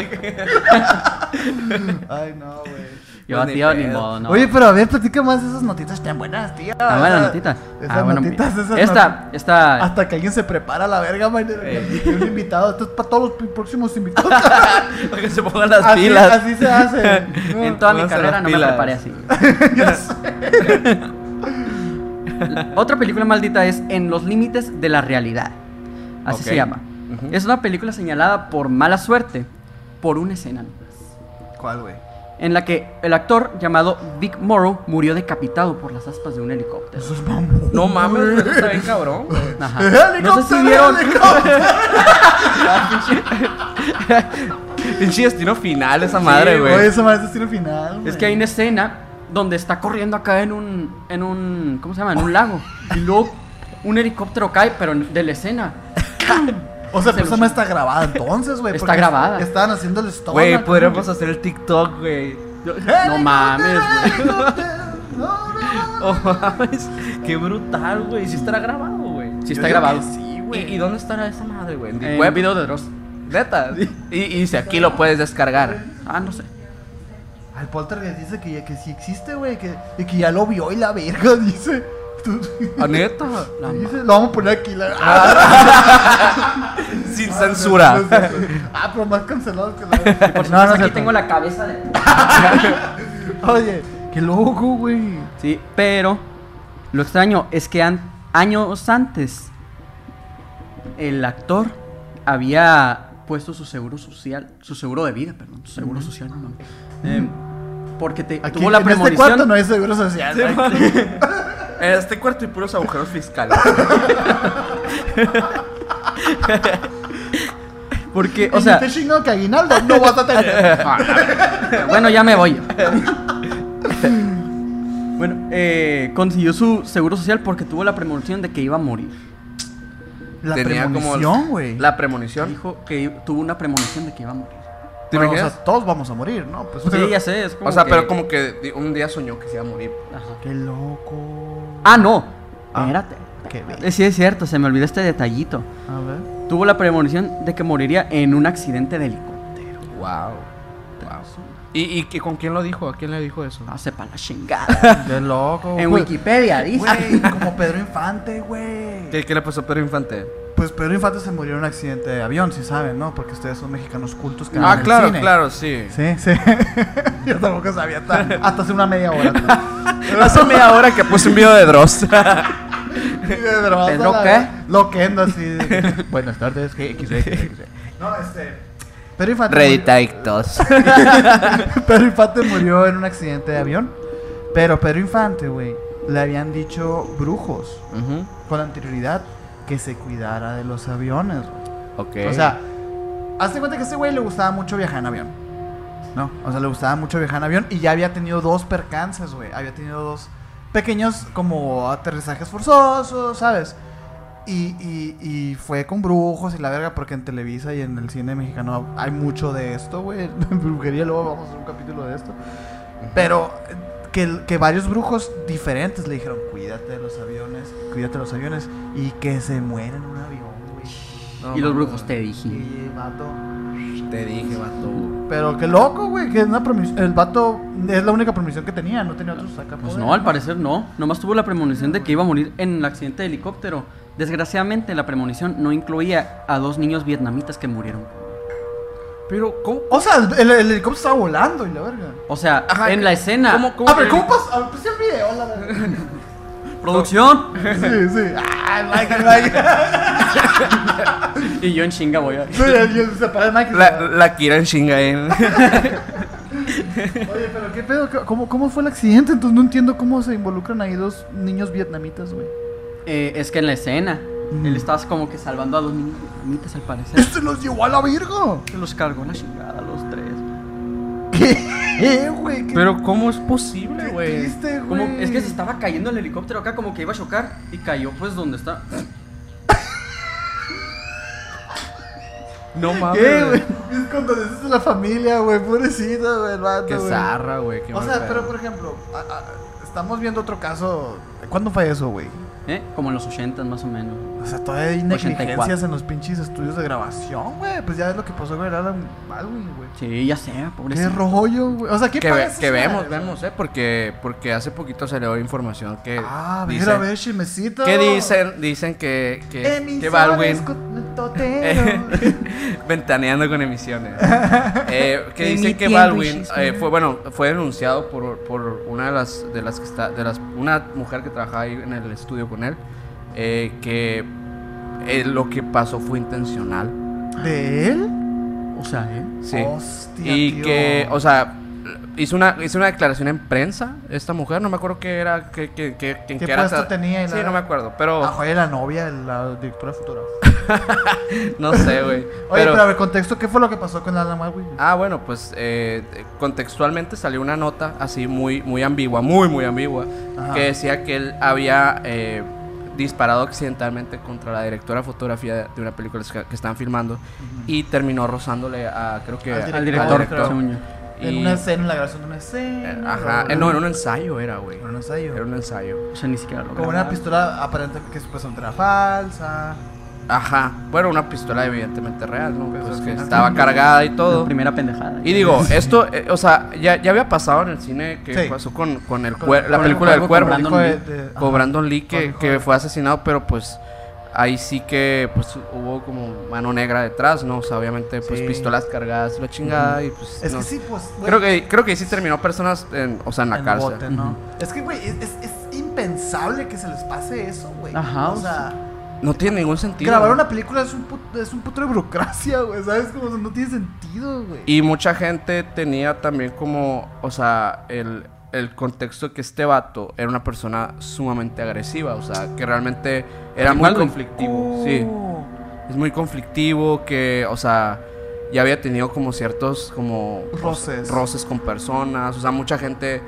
Ay, no, güey. Yo Pues a ni tío, ni pedo. modo, no. Oye, pero a ver, platica más de esas notitas tan buenas, tía. Ah, bueno, Esa- notita. Esas Ah, bueno, notitas, mira. esas Esta, notitas. Ah, esta. Hasta que alguien se prepara la verga, man. Un invitado. Esto es para todos los pi- próximos invitados. Para que se pongan las así, pilas. así se hace. No. En toda mi Pónganse carrera las no me pilas. preparé así. La- Otra película maldita es En los límites de la realidad. Así se Ok. llama. Ujú. Es una película señalada por mala suerte por una escena ¿Cuál, güey? en la que el actor llamado Vic Morrow murió decapitado por las aspas de un helicóptero. Eso es mamón. No mames, está bien cabrón. güey. Ajá. ¡Helicóptero! No sé si vieron. helicóptero! Pinche destino final esa madre, Sí, güey. Eso parece decir el final. Es güey. que hay una escena donde está corriendo acá en un. en un. ¿cómo se llama? En un lago. Y luego un helicóptero cae, pero de la escena. O sea, se pues lo- esa no está grabada entonces, güey. Está porque grabada. Estaban haciendo el stop. Güey, podríamos hacer el TikTok, güey. No mames, güey. Oh, mames. Qué brutal, güey. Si estará grabado, güey. Sí está grabado. Sí, güey. ¿Y, y dónde estará esa madre, güey? En Eh, web. video de Dross. Neta. Y, y dice, aquí lo puedes descargar. Ah, no sé. Al Poltergeist dice que, ya- que sí existe, güey. Que, y que ya lo vio y la verga, dice. Tú- Ah, ¿A neta? La ma- Ah, Y dice, lo vamos a poner aquí. La... Sin censura. Ah, pero más cancelado que la. Por No, supuesto, no, aquí cierto. tengo la cabeza de. Oye, qué loco, güey. Sí, pero lo extraño es que an- años antes el actor había puesto su seguro social, su seguro de vida, perdón, su seguro social, no mames. Em, porque te, Aquí tuvo la en este premonición. cuarto no hay seguro social. güey. En este cuarto y puros agujeros fiscales. Porque, Y o sea, este chingo que aguinaldo no vas a tener. Ah, bueno, ya me voy. bueno, eh, consiguió su seguro social porque tuvo la premonición de que iba a morir. La Tenía premonición, güey. La premonición. Dijo que tuvo una premonición de que iba a morir. ¿Te Bueno, o imaginas? sea, todos vamos a morir, ¿no? Pues, Sí, ya sé, es como O sea, que- pero como que di- un día soñó que se iba a morir. Ajá. Qué loco. Ah, no. Ah. Espérate. Qué bello. Eh, Sí, es cierto, se me olvidó este detallito. A ver. Tuvo la premonición de que moriría en un accidente de helicóptero. Wow. ¿Y, y qué- con quién lo dijo? ¿A quién le dijo eso? No Ah, sepa la chingada. Qué loco. en güey. Wikipedia dice. Güey, como Pedro Infante, güey. ¿Qué, qué le pasó a Pedro Infante? Pues Pedro Infante se murió en un accidente de avión, si saben, ¿no? Porque ustedes son mexicanos cultos que Ah, aman el claro, cine. claro, sí. Sí, sí. Yo tampoco sabía tan- Hasta hace una media hora. Hace media hora que puse un video de Dross. ¿Pedro ¿Pedro qué? Loquendo así. de- Buenas tardes, que No, este. Pedro Infante. murió- Reditactos. Pedro Infante murió en un accidente de avión. Pero Pedro Infante, güey, le habían dicho brujos con anterioridad que se cuidara de los aviones, güey. Ok. O sea, hazte cuenta que a este güey le gustaba mucho viajar en avión. No, o sea, le gustaba mucho viajar en avión y ya había tenido dos percances, güey. Había tenido dos pequeños como aterrizajes forzosos, ¿sabes? Y, y- y fue con brujos y la verga, porque en Televisa y en el cine mexicano hay mucho de esto, güey. En brujería luego vamos a hacer un capítulo de esto. Pero eh, que, el- que varios brujos diferentes le dijeron, cuídate de los aviones, cuídate de los aviones. Y que se muera en un avión, güey. No, y los no, brujos no. te dije. Y vato. Te dije, vato. Pero qué loco, güey, que es una promis- El vato es la única promisión que tenía, no tenía otros saca. Pues no, al parecer no. Nomás tuvo la premonición de que iba a morir en el accidente de helicóptero. Desgraciadamente, la premonición no incluía a dos niños vietnamitas que murieron. Pero, ¿cómo? O sea, el, el- el helicóptero estaba volando y la verga. O sea, Ajá, en la escena. Ah, ¿cómo- cómo? A ver, ¿cómo pasó? A ver, pues el video, la verga. ¡Producción! Sí, sí. Ah, el Mike, el Mike. y yo en chinga voy a. Sí, el- el- se para el Mike. y se La, va. la Kira en chinga eh. él. Oye, pero qué pedo, ¿Qué- ¿Cómo, ¿cómo fue el accidente? Entonces no entiendo cómo se involucran ahí dos niños vietnamitas, güey. Eh, es que en la escena. Mm. Él estaba como que salvando a dos niños vietnamitas al parecer. ¡Este los llevó a la virgo! Se los cargó la chingada los tres. ¿Qué, Eh, güey? ¿Qué, Pero, ¿cómo es posible, qué güey? triste, güey? Como, es que se estaba cayendo el helicóptero acá, como que iba a chocar y cayó pues donde está. No mames. ¿Qué, güey? güey. Es cuando dices a la familia, güey. Pobrecita, güey. el vato, Qué güey. zarra, güey. qué O mal sea, pedo. pero por ejemplo, a- a- estamos viendo otro caso. ¿Cuándo fue eso, güey? ¿Eh? Como en los 80 más o menos. O sea, todavía hay 84. negligencias en los pinches estudios de grabación, güey. Pues ya es lo que pasó con el Alan Baldwin, güey. Sí, ya sé, Qué pobrecito. rollo, güey. O sea, ¿qué Que, ve- pasa? que vemos, vemos, ¿eh? Porque, porque hace poquito salió información que. Ah, mira, dice- a ver, chismecito. Que dicen, dicen que, que, que Emisiones Baldwin. Eh. con Totero. Ventaneando con emisiones. Eh, que dicen que Emitiendo Baldwin chismes. eh, fue, bueno, fue denunciado por, por una de las, de las que está, de las, una mujer que trabajaba ahí en el estudio con él, eh, que eh, lo que pasó fue intencional. ¿De él? O sea, ¿eh? Sí. Hostia, y tío. que, o sea, hizo una, hizo una declaración en prensa esta mujer, no me acuerdo qué era, qué, qué, qué, en ¿Qué qué era puesto tra- tenía y la- Sí, no me acuerdo, pero Ah, joder, la novia, la directora futura. no sé, güey. Oye, pero, a ver, contexto, ¿qué fue lo que pasó con Alan Baldwin? Ah, bueno, pues eh, contextualmente salió una nota así muy, muy ambigua, muy, muy ambigua, Ajá. que decía que él había eh, disparado accidentalmente contra la directora de fotografía de una película que que estaban filmando y terminó rozándole a, creo que... Al Al director, director, según yo. En y- una escena, en la grabación de una eh, escena. Ajá, o- eh, no, era un ensayo era, güey. Pero no sé yo. Era un ensayo. O sea, ni siquiera lo Con grabaron. una pistola aparente que supuestamente era falsa. Ajá, bueno, una pistola evidentemente real, ¿no? Pues, Pues al que final- estaba cargada y La todo. primera pendejada. Y digo, esto, eh, o sea, ya, ya había pasado en el cine que Sí. pasó con, con el Con- cuer- la con película el del cuervo, con cuervo. Brandon Hijo de- Lee. de- ajá. con Brandon Lee que, Con- que fue asesinado, pero pues ahí sí que pues hubo como mano negra detrás, ¿no? O sea, obviamente pues Sí. pistolas cargadas, y la chingada y pues Es no. que sí, pues. güey, Creo que creo que sí terminó personas en, o sea, en la en cárcel. bote, ¿no? Es que, güey, es, es, es impensable que se les pase eso, güey. Ajá, O o sea, No tiene ningún sentido. grabar ¿no? una película es un, put- es un puto de burocracia, güey. ¿Sabes? Como o sea, no tiene sentido, güey. Y mucha gente tenía también como, o sea, el, el contexto de que este vato era una persona sumamente agresiva, o sea, que realmente era muy Baldwin. conflictivo, sí. Uh, Es muy conflictivo, que, o sea, ya había tenido como ciertos, como... Roces. Roces con personas, o sea, mucha gente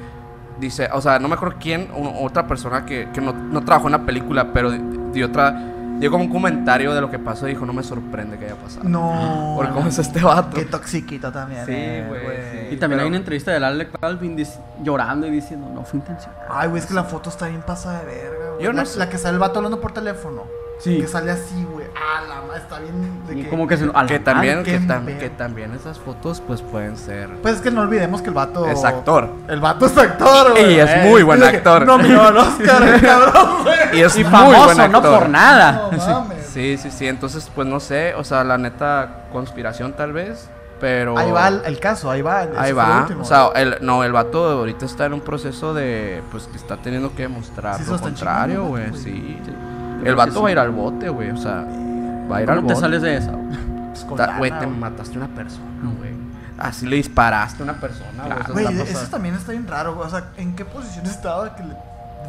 dice, o sea, no me acuerdo quién, u- otra persona que, que no, no trabajó en la película, pero dio otra... Dio como un comentario de lo que pasó y dijo, no me sorprende que haya pasado. No. Por cómo es este vato. Qué toxiquito también. Sí, eh, güey, Y sí. también pero- hay una entrevista de Alec Baldwin dic- llorando y diciendo, no fue intencional. Ay, güey, es que la foto está bien pasada de verga, güey. Yo no la, sé. la que sale el vato hablando por teléfono. Sí. Que sale así, güey. Ah, la madre, está bien. de Y que- como que se... a la Que madre. también, qué que, tam- ver- que también esas fotos pues pueden ser... Pues es que no olvidemos que el vato. Es actor. El vato es actor, güey. Eh. Y es muy buen de que actor. Nominó al Oscar, el cabrón, güey. Y es Y muy famoso, buen no actor. por nada. No mames. Sí, sí, sí. Entonces, pues no sé. O sea, la neta, conspiración tal vez. Pero. Ahí va el, el caso, ahí va. ese Ahí fue el va. último. O sea, el, no, el vato ahorita está en un proceso de. Pues que está teniendo que demostrar Sí, se lo lo están contrario, chingando el güey. vato, Sí. creo que El vato sí. va a ir al bote, güey. O sea, va a ir al ¿Cómo te bote. sales de esa? Pues con Está- lana, Güey, te mataste a una persona, güey. Así le disparaste a una persona, güey. eso Güey, está eso pasado. también está bien raro, güey. O sea, ¿en qué posición estaba que le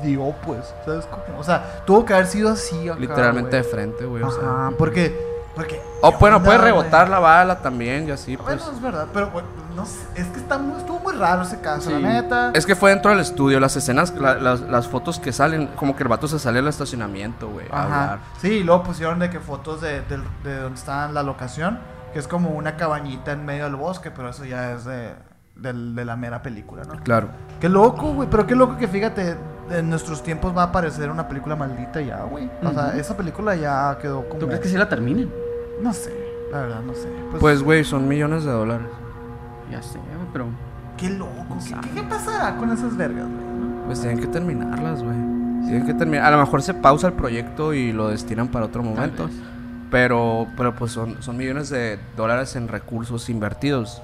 dio, pues? ¿Sabes cómo? O sea, tuvo que haber sido así, acá, Literalmente de güey. frente, güey. O sea. Ajá, porque. porque O bueno, ¿qué puede onda, rebotar güey? la Ah, bala también y así, pues. Bueno, es verdad, pero güey, no sé, es que está muy- estuvo muy raro ese caso, Sí. la neta. Es que fue dentro del estudio, las escenas, la- las, las fotos que salen, como que el vato se sale del estacionamiento, güey, a Ajá. hablar. Sí, y luego pusieron de que fotos de, del- de donde está la locación, que es como una cabañita en medio del bosque, pero eso ya es de, del- de la mera película, ¿no? Claro. Qué loco, güey, pero qué loco que fíjate, en nuestros tiempos va a aparecer una película maldita ya, güey. O sea, Ujú. esa película ya quedó como... ¿Tú crees que sí la terminen? No sé, la verdad, no sé. Pues, Pues, güey, son millones de dólares. Ya sé, güey, pero... qué loco. ¿Qué, qué- qué pasará con esas vergas, güey? Pues tienen que terminarlas, güey. Tienen que terminar. A lo mejor se pausa el proyecto y lo destinan para otro momento. vez. Pero, pero pues son, son millones de dólares en recursos invertidos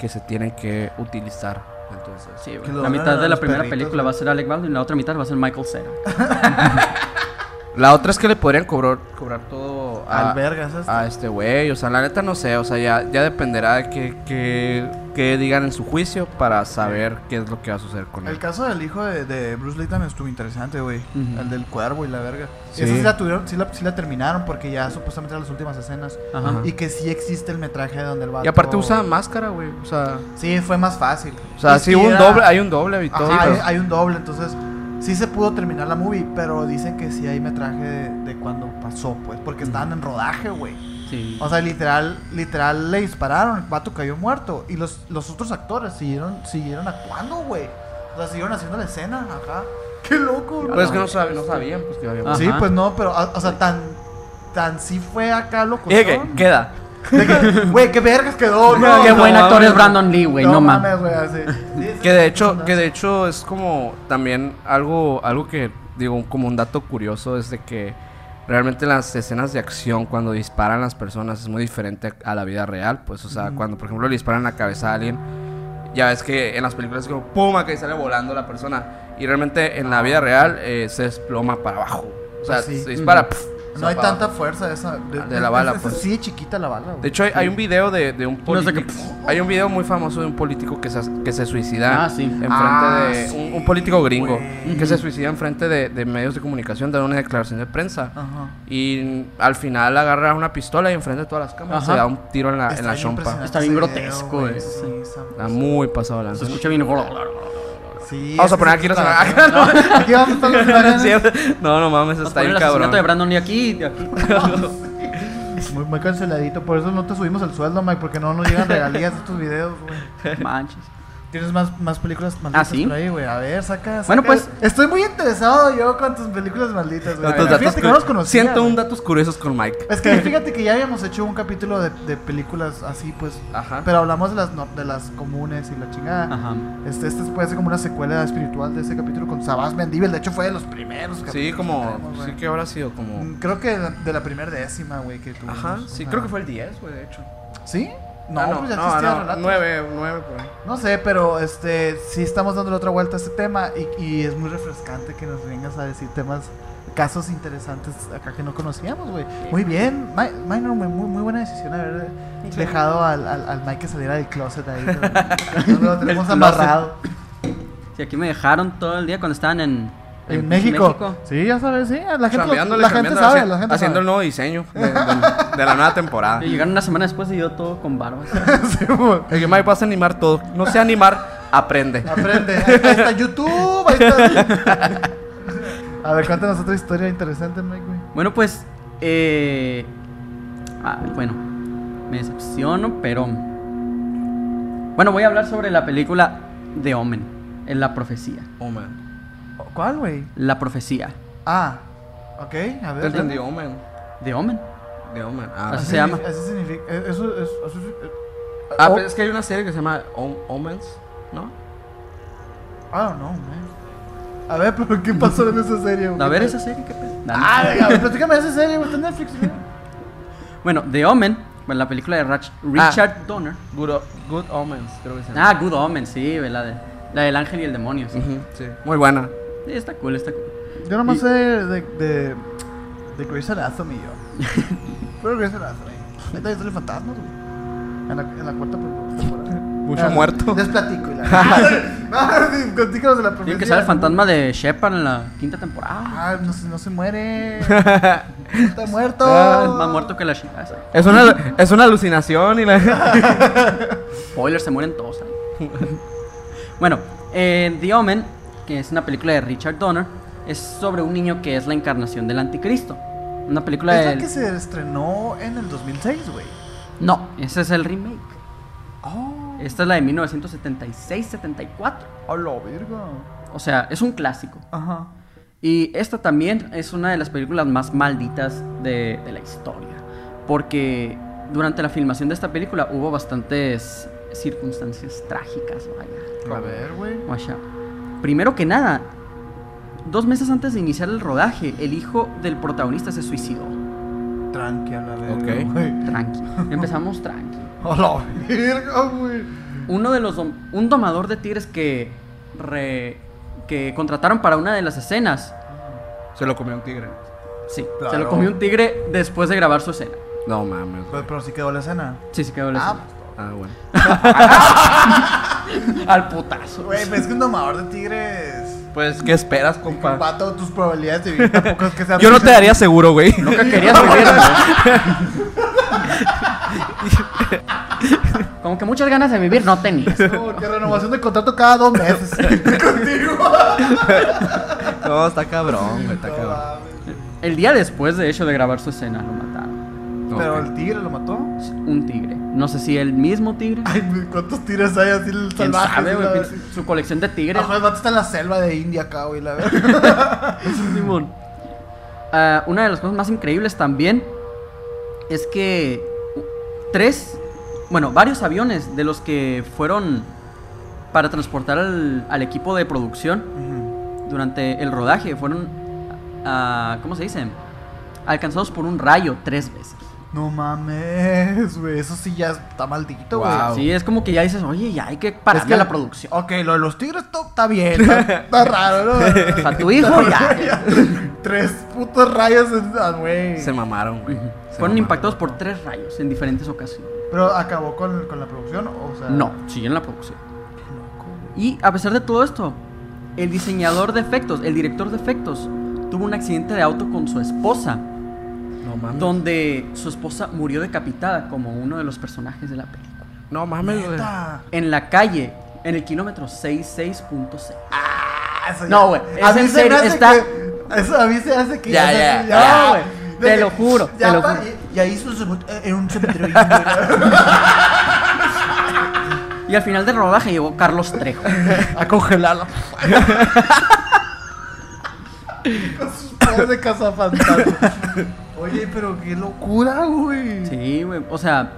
que se tienen que utilizar. Entonces, Sí, güey. Que lo La donen a mitad de la los primera perritos, película güey. va a ser Alec Baldwin y la otra mitad va a ser Michael Cera. La otra es que le podrían cobrar, cobrar todo a, Al vergas, ¿sabes? a este güey. O sea, la neta no sé. O sea, ya, ya dependerá de que, que, que digan en su juicio para saber qué es lo que va a suceder con El él. caso del hijo de, de Bruce Lee también estuvo interesante, güey. Ujú. El del cuervo y la verga. Sí. Esa sí la tuvieron, sí la, sí la terminaron porque ya supuestamente eran las últimas escenas. Ajá. Y que sí existe el metraje donde el vato... Y aparte usa máscara, güey. O sea, Sí, fue más fácil. o sea Es sí que hubo un era- doble, hay un doble y Ajá, todo. hay, pero- hay un doble, entonces sí se pudo terminar la movie, pero dicen que sí hay metraje de, de cuando pasó, pues, porque estaban en rodaje, güey. Sí. O sea, literal, literal le dispararon, el vato cayó muerto. Y los, los otros actores siguieron, siguieron actuando, güey. O sea, siguieron haciendo la escena, ajá. Qué loco, güey. Pues es que no, sab- no sabían, pues que había Ah. Sí, Ajá. pues no, pero, o, o sea, tan, tan sí fue acá loco. Dije que queda. De que, Güey, qué vergas quedó, no. Qué no, buen no, actor es no. Brandon Lee, güey, no, mames. güey, así. Sí, sí, Que de sí, hecho, no. que de hecho es como también algo, algo que digo, como un dato curioso es de que realmente las escenas de acción cuando disparan las personas es muy diferente a la vida real, pues, o sea, cuando por ejemplo le disparan la cabeza a alguien, ya ves que en las películas es como pum, que sale volando la persona y realmente en la vida real eh, se desploma para abajo, o sea, Pues sí. se dispara. Ujú. puf, se No va hay para tanta abajo. fuerza esa. De la bala, es- es pues. así de chiquita la bala, güey. De hecho, hay, hay un video de, de un No sé qué- político. Hay un video muy famoso de un político que se, hace- que se suicida Ah, sí. enfrente Ah, de. sí, un, un político gringo güey. que se suicida enfrente de, de medios de comunicación, da una declaración de prensa. Ah. Ajá. Y al final agarra una pistola y enfrente de todas las cámaras Ajá. se da un tiro en la, en Está la bien chompa. impresionante Está bien ese grotesco, video, eh. Sí, está- Está muy pasado de lanza. Se escucha bien. sí, Vamos a ese poner sí aquí los. está- Aquí vamos a estar los imágenes. No, no mames, está el bien asesinato de cabrón. Brandon Lee aquí, de aquí. Muy, muy canceladito, por eso no te subimos el sueldo, Mike, porque no nos llegan regalías de tus videos, güey. Manches. Tienes más, más películas malditas Ah, ¿sí? por ahí, güey. A ver, saca, saca. Bueno, pues- Estoy muy interesado yo con tus películas malditas, güey. Datos- Fíjate datos que cur- no los conocía. Siento güey. un datos curiosos con Mike. Es que fíjate que ya habíamos hecho un capítulo de, de películas así, pues. Ajá. Pero hablamos de las, no- de las comunes y la chingada. Ajá. Ah. Este, este puede ser como una secuela espiritual de ese capítulo con Sabás Mendíbel. De hecho, fue de los primeros Sí, capítulos que como. tenemos, güey. Sí que habrá sido como. Mm, Creo que de la primera décima, güey, que tuvimos. Ajá, o sí, sea. creo que fue el 10, güey, de hecho. ¿Sí? No, Ah, pues ya no, existía no, relatos. 9, 9 por ahí. No sé, pero este sí estamos dándole otra vuelta a este tema y, y es muy refrescante que nos vengas a decir temas, casos interesantes acá que no conocíamos, güey. Muy bien, Ma- Minor, muy, muy, muy buena decisión haber dejado al, al, al Mike que saliera del closet ahí. ¿no? No lo tenemos El amarrado. Sí, aquí me dejaron todo el día cuando estaban en, En México. Sí, ya sabes, sí. La gente, lo- Chambeándole, la gente chambeándole, sabe, haci- la gente haciendo el sabe. nuevo diseño de, de- de la nueva temporada. Y llegaron una semana después y yo todo con barba. Sí, güey. El que Mike vas a animar todo. No sé animar, aprende. Aprende. Ahí está YouTube, ahí está. A ver, cuéntanos otra historia interesante, Mike, güey. Bueno, pues. Eh, ah, bueno, me decepciono, pero. Bueno, voy a hablar sobre la película de Omen. En la profecía. Oh, man. ¿Cuál, güey? La profecía Ah, ok, a ver. Te entendí, oh, man. de Omen. De oh, man. Ah, Así Así se llama. Así significa. eh, Eso es. Eso, es- Ah, Oh. pero es que hay una serie que se llama Om- Omens, ¿no? I don't know, ah, man. A ver, pero ¿qué pasó en esa serie, güey? A ver esa serie, qué pedo. Nah, no. Ah, venga, platícame de esa serie, güey. Está en Netflix, güey. Bueno, The Omen, bueno, la película de Rach- Richard Donner. Good, O- Good Omens, creo que se llama. Ah, Good Omen, sí, ve la, de, la del ángel y el Ah. demonio. Sí. Ujú, sí. Muy buena. Sí, está cool, está cool. Yo nomás Y- sé de. de. de Grey's Anatomy, yo. Pero Grey's Anatomy. Ahorita yo el fantasma, güey. En la, en la cuarta temporada. Mucho Ah, muerto. Les platico, y la. no, sí, platícanos de la profecía. Tiene que ser el fantasma de Shepard en la quinta temporada. Ah, no, se- no se muere. Está muerto. Ah, Más muerto que la chingada. ¿sabes? Es una, es una alucinación y la... Spoiler, se mueren todos. ¿eh? bueno, eh, The Omen, que es una película de Richard Donner, es sobre un niño que es la encarnación del anticristo. Una película Es la de... que se estrenó en el 2006, güey. No, ese es el remake. Oh, Esta es la de 1976-74. hola, Virgo. O sea, es un clásico. Ajá. Y esta también es una de las películas más malditas de, de la historia. Porque durante la filmación de esta película hubo bastantes circunstancias trágicas, vaya. A ver, güey. Guacha. Primero que nada, dos meses antes de iniciar el rodaje, el hijo del protagonista se suicidó. Tranqui a la verga, Ok. güey. Tranqui. Empezamos tranqui. Hola, Virgo, güey. Uno de los dom- un domador de tigres que re- que contrataron para una de las escenas. Se lo comió un tigre. Sí, se Claro. lo comió un tigre después de grabar su escena. No mames. Pero, pero sí quedó la escena. Sí, se quedó la Ah, escena. Ah, bueno. Al putazo. güey, pero es que un domador de tigres. Pues, ¿qué esperas, compa? Vato, tus probabilidades de vivir tampoco es que sean. Yo no te daría seguro, güey. que querías vivir, ¿no? Como que muchas ganas de vivir no tenías. No, porque renovación de contrato cada dos meses. Contigo. No, está cabrón, güey, está No cabrón. mames. El día después, de hecho, de grabar su escena, lo mataron. Pero Ok. el tigre lo mató. Un tigre. No sé si el mismo tigre. Ay, ¿cuántos tigres hay así ¿Quién salvajes? sabe, güey? la Pinche- verdad? Su colección de tigres. Ajá, el vato está en la selva de India acá, güey, la verdad. Simón. Ah, una de las cosas más increíbles también es que tres, bueno, varios aviones de los que fueron para transportar al, al equipo de producción durante el rodaje fueron, ah, ¿cómo se dice? Alcanzados por un rayo tres veces. no mames, güey. Eso sí ya está maldito, güey. Wow. Sí, es como que ya dices, oye, ya hay que parar que- la Oh. producción. Ok, lo de los tigres to- está bien. Está, está raro, ¿no? O sea, tu hijo ya. Tres putos rayos, en- ah, güey. Se mamaron, güey. Se Fueron mamaron. impactados por tres rayos en diferentes ocasiones. Pero acabó con, con la producción, o Ah. sea. No, siguen la producción. Y a pesar de todo esto, el diseñador de efectos, el director de efectos, tuvo un accidente de auto con su esposa, No mames. donde su esposa murió decapitada como uno de los personajes de la película. No mames, güey. Neta. En la calle, en el kilómetro 66.6. Ah, eso No, ya- güey, A es mí en se me serio, hace está- que. Eso a mí se hace que. Ya, se- ya, ya, güey. güey. De Te que- lo juro, ya te lo pa- juro. y- Ya hizo su- en un cementerio. indio, Y al final del rodaje llegó Carlos Trejo. A congelarla. Con sus padres de cazafantasma. Oye, pero qué locura, güey. Sí, güey, o sea...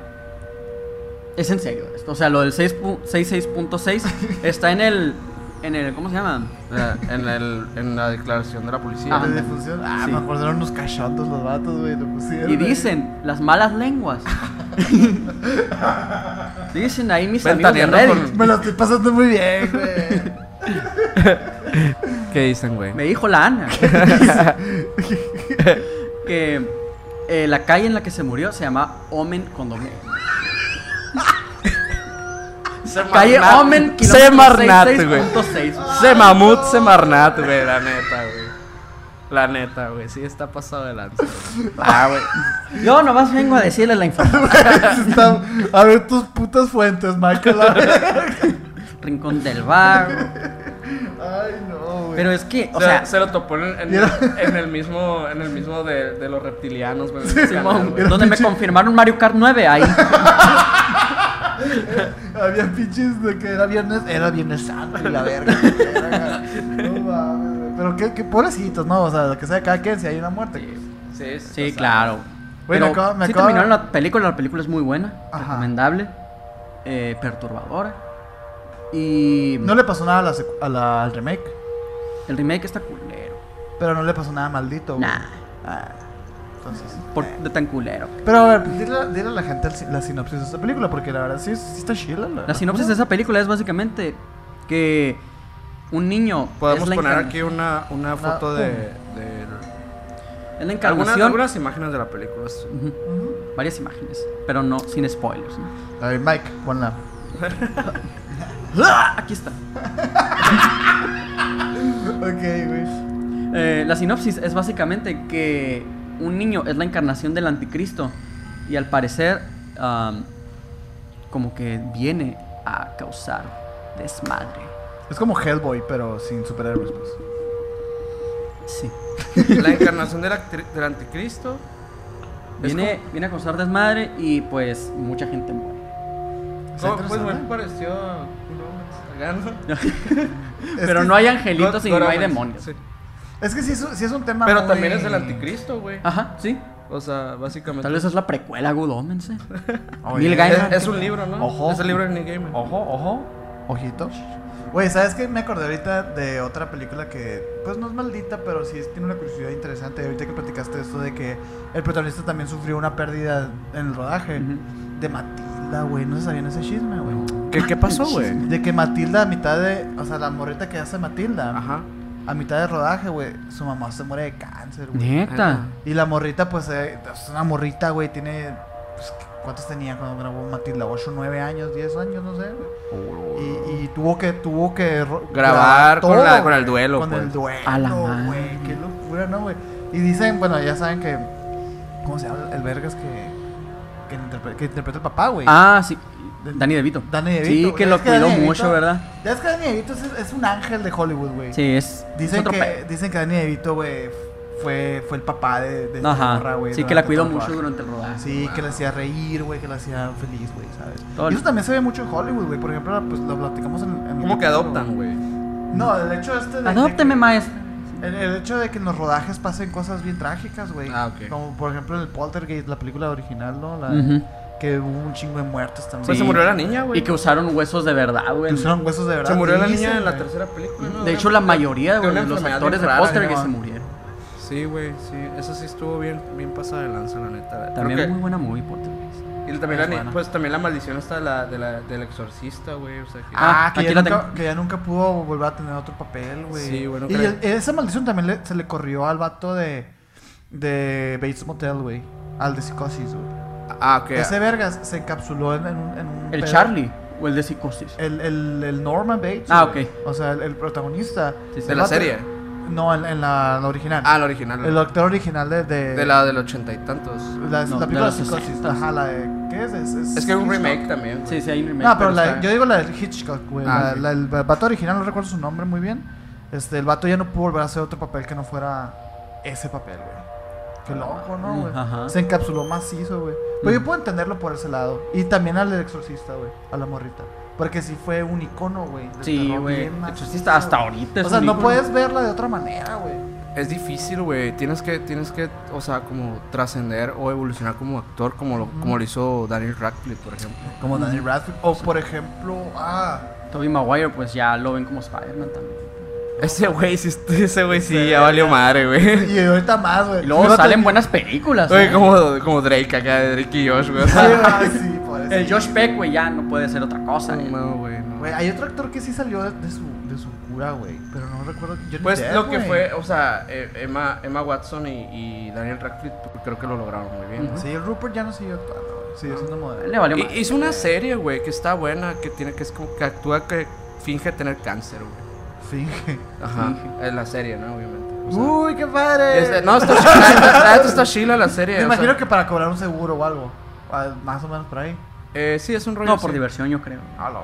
Es en serio esto. O sea, lo del 6 pu- 66.6 está en el... En el ¿Cómo se llama? La- En, el- en la declaración de la policía. Ajá. De defunción. Ah, Sí. me acordaron unos cachotos los vatos, güey. Lo pusieron. Y ahí. dicen las malas lenguas. dicen ahí mis amigos de Ventaneando Reddit. Me lo estoy pasando muy bien, güey. ¿Qué dicen, güey? Me dijo la Ana que eh, la calle en la que se murió se llama Omen con doble. E. Calle Omen Se marnate, güey. 66.6. Se mamut, se marnat, güey. La neta, güey. La neta, güey. Sí, está pasado de lanza. güey. Ah, güey. Yo nomás vengo a decirle la información. Está- a ver tus putas fuentes, Michael. a ver. Rincón del Vago. Ay, no, güey. Pero es que, o se, sea, se lo topó en, en- en el mismo, en el mismo de, de los reptilianos, güey. en el canal, Simón, güey. donde me confirmaron Mario Kart 9 ahí. Había pinches de que era viernes, era viernes santo y la verga. güey, era- No mames, güey. Pero qué, qué pobrecitos, ¿no? O sea, lo que sea, cada quien si hay una muerte. Sí, sí, o Sí, sea, claro. Güey, me Pero acabo- me sí acabo- terminaron la película, la película es muy buena, Ajá. recomendable, eh, perturbadora. Y No le pasó nada a la secu- a la- al remake, el remake está culero. pero no le pasó nada maldito. güey. Nah, Ah, entonces. por, de tan culero. Pero a ver, dile, dile a la gente el si- la sinopsis de esta película, porque la verdad sí, sí está chila. La sinopsis de esa película es básicamente que un niño es Podemos la, poner encarna- aquí una, una foto de, de- es la algunas, encarnación. algunas imágenes de la película. Ujú, Varias imágenes, pero no sin spoilers. ¿no? A ver, Mike, ponla. ¡Ah! Aquí está. Ok, güey. Eh, la sinopsis es básicamente que un niño es la encarnación del anticristo y al parecer am, como que viene a causar desmadre. Es como Hellboy, pero sin superhéroes, pues. Oh, Sí. La encarnación del, actri- del anticristo. Viene, viene a causar desmadre y pues mucha gente muere. Está ¿Cómo, pues, güey, interesante. pareció. no, cagando. Es Pero que- no hay angelitos God- y no hay Goromans, demonios. sí. Es que sí es, un- sí es un tema Pero muy- también es el anticristo, güey. Ajá, sí. O sea, básicamente. Ah. Tal vez es la precuela Good Omens, eh. Oye, Neil es, Gaiman. es un libro, ¿no? Ojo. Es el libro de Neil Gaiman. Ojo, ojo, ojito. Güey, ¿sabes qué? Me acordé ahorita de otra película que, pues no es maldita, pero sí es- tiene una curiosidad interesante. Ahorita que platicaste esto de que el protagonista también sufrió una pérdida en el rodaje Ujú. de Matilda, güey. No se sabían ese chisme, güey. ¿Qué, qué pasó, güey? De que Matilda a mitad de, o sea, la morreta que hace Matilda, Ajá. a mitad de rodaje, güey, su mamá se muere de cáncer, güey. Neta. Y la morrita, pues, eh, es una morrita, güey, tiene... pues, ¿Cuántos tenía cuando grabó Matilda? ¿8, 9 años? ¿10 años? No sé, güey. Y, y tuvo que, tuvo que ro- Grabar con todo, la- con el duelo, Con pues. el duelo. A la madre. güey. Qué locura, ¿no, güey? Y dicen, bueno, ya saben que. ¿Cómo se llama? El Vergas que. Que interpreta, que interpreta el papá, güey. Ah, sí. Dani DeVito. Dani DeVito. Sí, güey. que Es lo cuidó Danny DeVito- mucho, ¿verdad? Ya es que Dani DeVito es, es un ángel de Hollywood, güey. Sí, es. es Dicen otro que, pedo. dicen que Danny DeVito, güey, f- fue, fue el papá de, de esta morra, Ajá. güey. Sí, que la durante cuidó todo el mucho rodaje. durante el rodaje. Sí, que la hacía reír, güey, que la hacía feliz, güey, ¿sabes? Todo Y el- eso también se ve mucho en Hollywood, güey. Por ejemplo, pues lo platicamos en. en el ¿Cómo que capítulo, adoptan, güey? No, el hecho este de. de Adópteme, que- maestro. el, el hecho de que en los rodajes pasen cosas bien trágicas, güey. Ah, ok. Como por ejemplo en el Poltergeist, la película original, ¿no? La, Ujú. Que hubo un chingo de muertos también. Pues Sí. se murió la niña, güey. Y que usaron huesos de verdad, Que güey. usaron huesos de verdad. Se murió la Dicen, niña en la güey. tercera película, ¿no? De hecho, la mayoría de güey, una de los enfermedad actores de bien rara, póster que ¿no? se murieron. Sí, güey, sí. Eso sí estuvo bien, bien pasada de lanza, la neta. También Creo que- muy buena movie, Poltergeist. Y también la, Es ni- buena. pues también la maldición está de la, de la, del exorcista, güey. O sea, que... Ah, Ah, que aquí ya, la nunca, tengo. que ya nunca pudo volver a tener otro papel, güey. Sí, bueno, Y creo- el- esa maldición también le- se le corrió al vato de, de Bates Motel, güey. Al de psicosis, güey. Ah, ok. Ese vergas se encapsuló en, en un, en un El pedo. Charlie o el de Psicosis. El, el, el Norman Bates. Ah, güey. ok. O sea, el, el protagonista. Sí, sí. De la vato- serie. No, en, en la, la original. Ah, la original. El actor original de. De, De la del ochenta y tantos. la, No, la de película de los psicosis. 60s. Ajá, la de. ¿Qué es? Es, Es que hay un Hitchcock. remake también. Sí, güey. sí, hay un remake. No, pero la- está- yo digo la del Hitchcock, güey. Ah, la- sí. la- el vato original, no recuerdo su nombre muy bien. Este, el vato ya no pudo volver a hacer otro papel que no fuera ese papel, güey. Qué loco, ¿no, güey? Ajá. Se encapsuló macizo, güey. Pero yo Mm. puedo entenderlo por ese lado. Y también al del exorcista, güey. A la morrita. Porque sí fue un icono, güey. del Sí, terror güey. bien macizo, Exorcista hasta güey. ahorita. es O sea, un no ícono. puedes verla de otra manera, güey. Es difícil, güey. Tienes que, tienes que, o sea, como trascender o evolucionar como actor, como lo, como lo hizo Daniel Radcliffe, por ejemplo. Como Daniel Radcliffe. Mm. O, por ejemplo, ah... Tobey Maguire, pues ya lo ven como Spider-Man también. Ese güey, sí, ese güey sí, Sí, ya valió madre, güey. Y ahorita más, güey. Y luego Fíjate- salen buenas películas. Güey, ¿no? como, como Drake acá, de Drake y Josh, güey. o Sí, sea. ay, sí, pobrecito. El Josh Peck, güey, ya no puede ser otra cosa. eh. No, güey, no. Güey, hay otro actor que sí salió de, de su, de su cura, güey. Pero no recuerdo. Johnny Pues Depp, lo que güey. fue, o sea, eh, Emma, Emma Watson y, y Daniel Radcliffe pues, creo que lo lograron muy bien. ¿no? Sí, el Rupert ya no siguió actuando, güey. Siguió siendo modelo. Le valió Y- madre. hizo una serie, güey, que está buena, que tiene que es como que actúa que finge tener cáncer, güey. Finge. Ajá. En la serie, ¿no? Obviamente. O sea, Uy, qué padre. este- no, está chila, la neta- la neta está chila la serie. Me o imagino sea, que para cobrar un seguro o algo. Ah, Más o menos por ahí. eh, sí, es un rollo. No, por así. diversión, yo creo.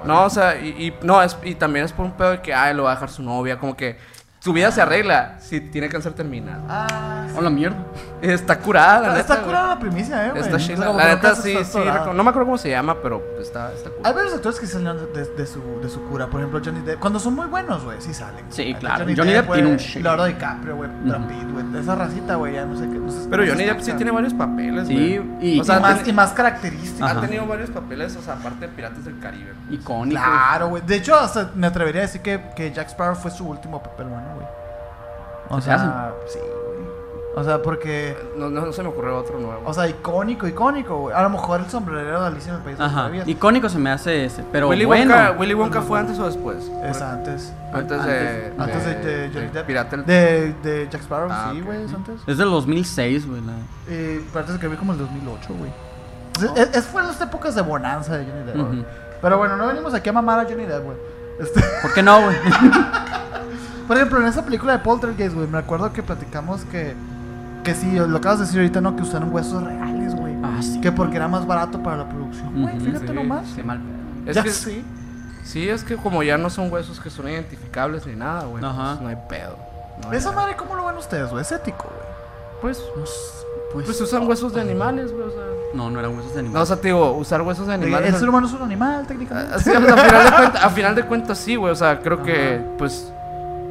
No, o sea, y, y- no, es, y también es por un pedo de que, ay, lo va a dejar su novia, como que su vida se arregla si tiene cáncer terminal. Ah, sí. Hola, mierda. Está curada, la Está, neta. está güey. curada la primicia, eh, güey. Está O sea, chila. como La que neta, nunca se sí, sí. sabrá. reco- No me acuerdo cómo se llama, pero está, está Hay curada. varios actores que salieron de, de su, de su cura, por ejemplo Johnny Depp. Cuando son muy buenos, güey, sí salen. Sí, güey. claro. Johnny Depp güey, tiene un chingo. Leonardo DiCaprio, güey, Brad Pitt, güey. Esa racita, güey, ya no sé qué. no sé- Pero no Johnny se Depp sí sacan. tiene varios papeles, Sí, güey. y- o sea, y, más, tiene- y más características. Ha Ajá. tenido varios papeles, o sea, aparte de Piratas del Caribe. pues. güey. Icónico. Claro, güey. De hecho, hasta me atrevería a decir que, que Jack Sparrow fue su último papel bueno, güey. O O sea, sea, sí, güey. O sea, porque. No, no, no se me ocurrió otro nuevo. O sea, icónico, icónico, güey. A lo mejor el sombrerero de Alicia en el País de las Ajá. Maravillas. Icónico se me hace ese. Pero Willy, bueno. Wonka, Willy Wonka fue antes o después? Es antes. Antes de. Antes de, de Johnny Depp. Pirata del De, de Jack Sparrow, Ah, sí, ok. güey, es antes. Es del 2006, güey. la- Eh, pero antes que vi como el 2008, güey. Entonces, Es, es- fue en las épocas de bonanza de Johnny Depp. güey. Ujú. Pero bueno, no venimos aquí a mamar a Johnny Depp, güey. Este, ¿Por qué no, güey? Por ejemplo, en esa película de Poltergeist, güey, me acuerdo que platicamos que, que sí, lo acabas de decir ahorita, ¿no? Que usaron huesos reales, güey. Ah, sí. Que porque era más barato para la producción, güey. Ujú. Fíjate Sí, nomás. Qué mal. Es ya que, sí. Sí, es que como ya no son huesos que son identificables ni nada, güey. Ajá. pues no hay pedo. No hay Esa nada. madre, ¿cómo lo ven ustedes, güey? Es ético, güey. Pues, No sé, pues Pues. usan huesos de animales, güey. O sea. No, no eran huesos de No, o animales. sea, te digo, usar huesos de De que animales. El ser humano es un animal, técnicamente. Así, pues, a, final de cuenta- a final de cuentas, sí, güey. O sea, creo que, pues,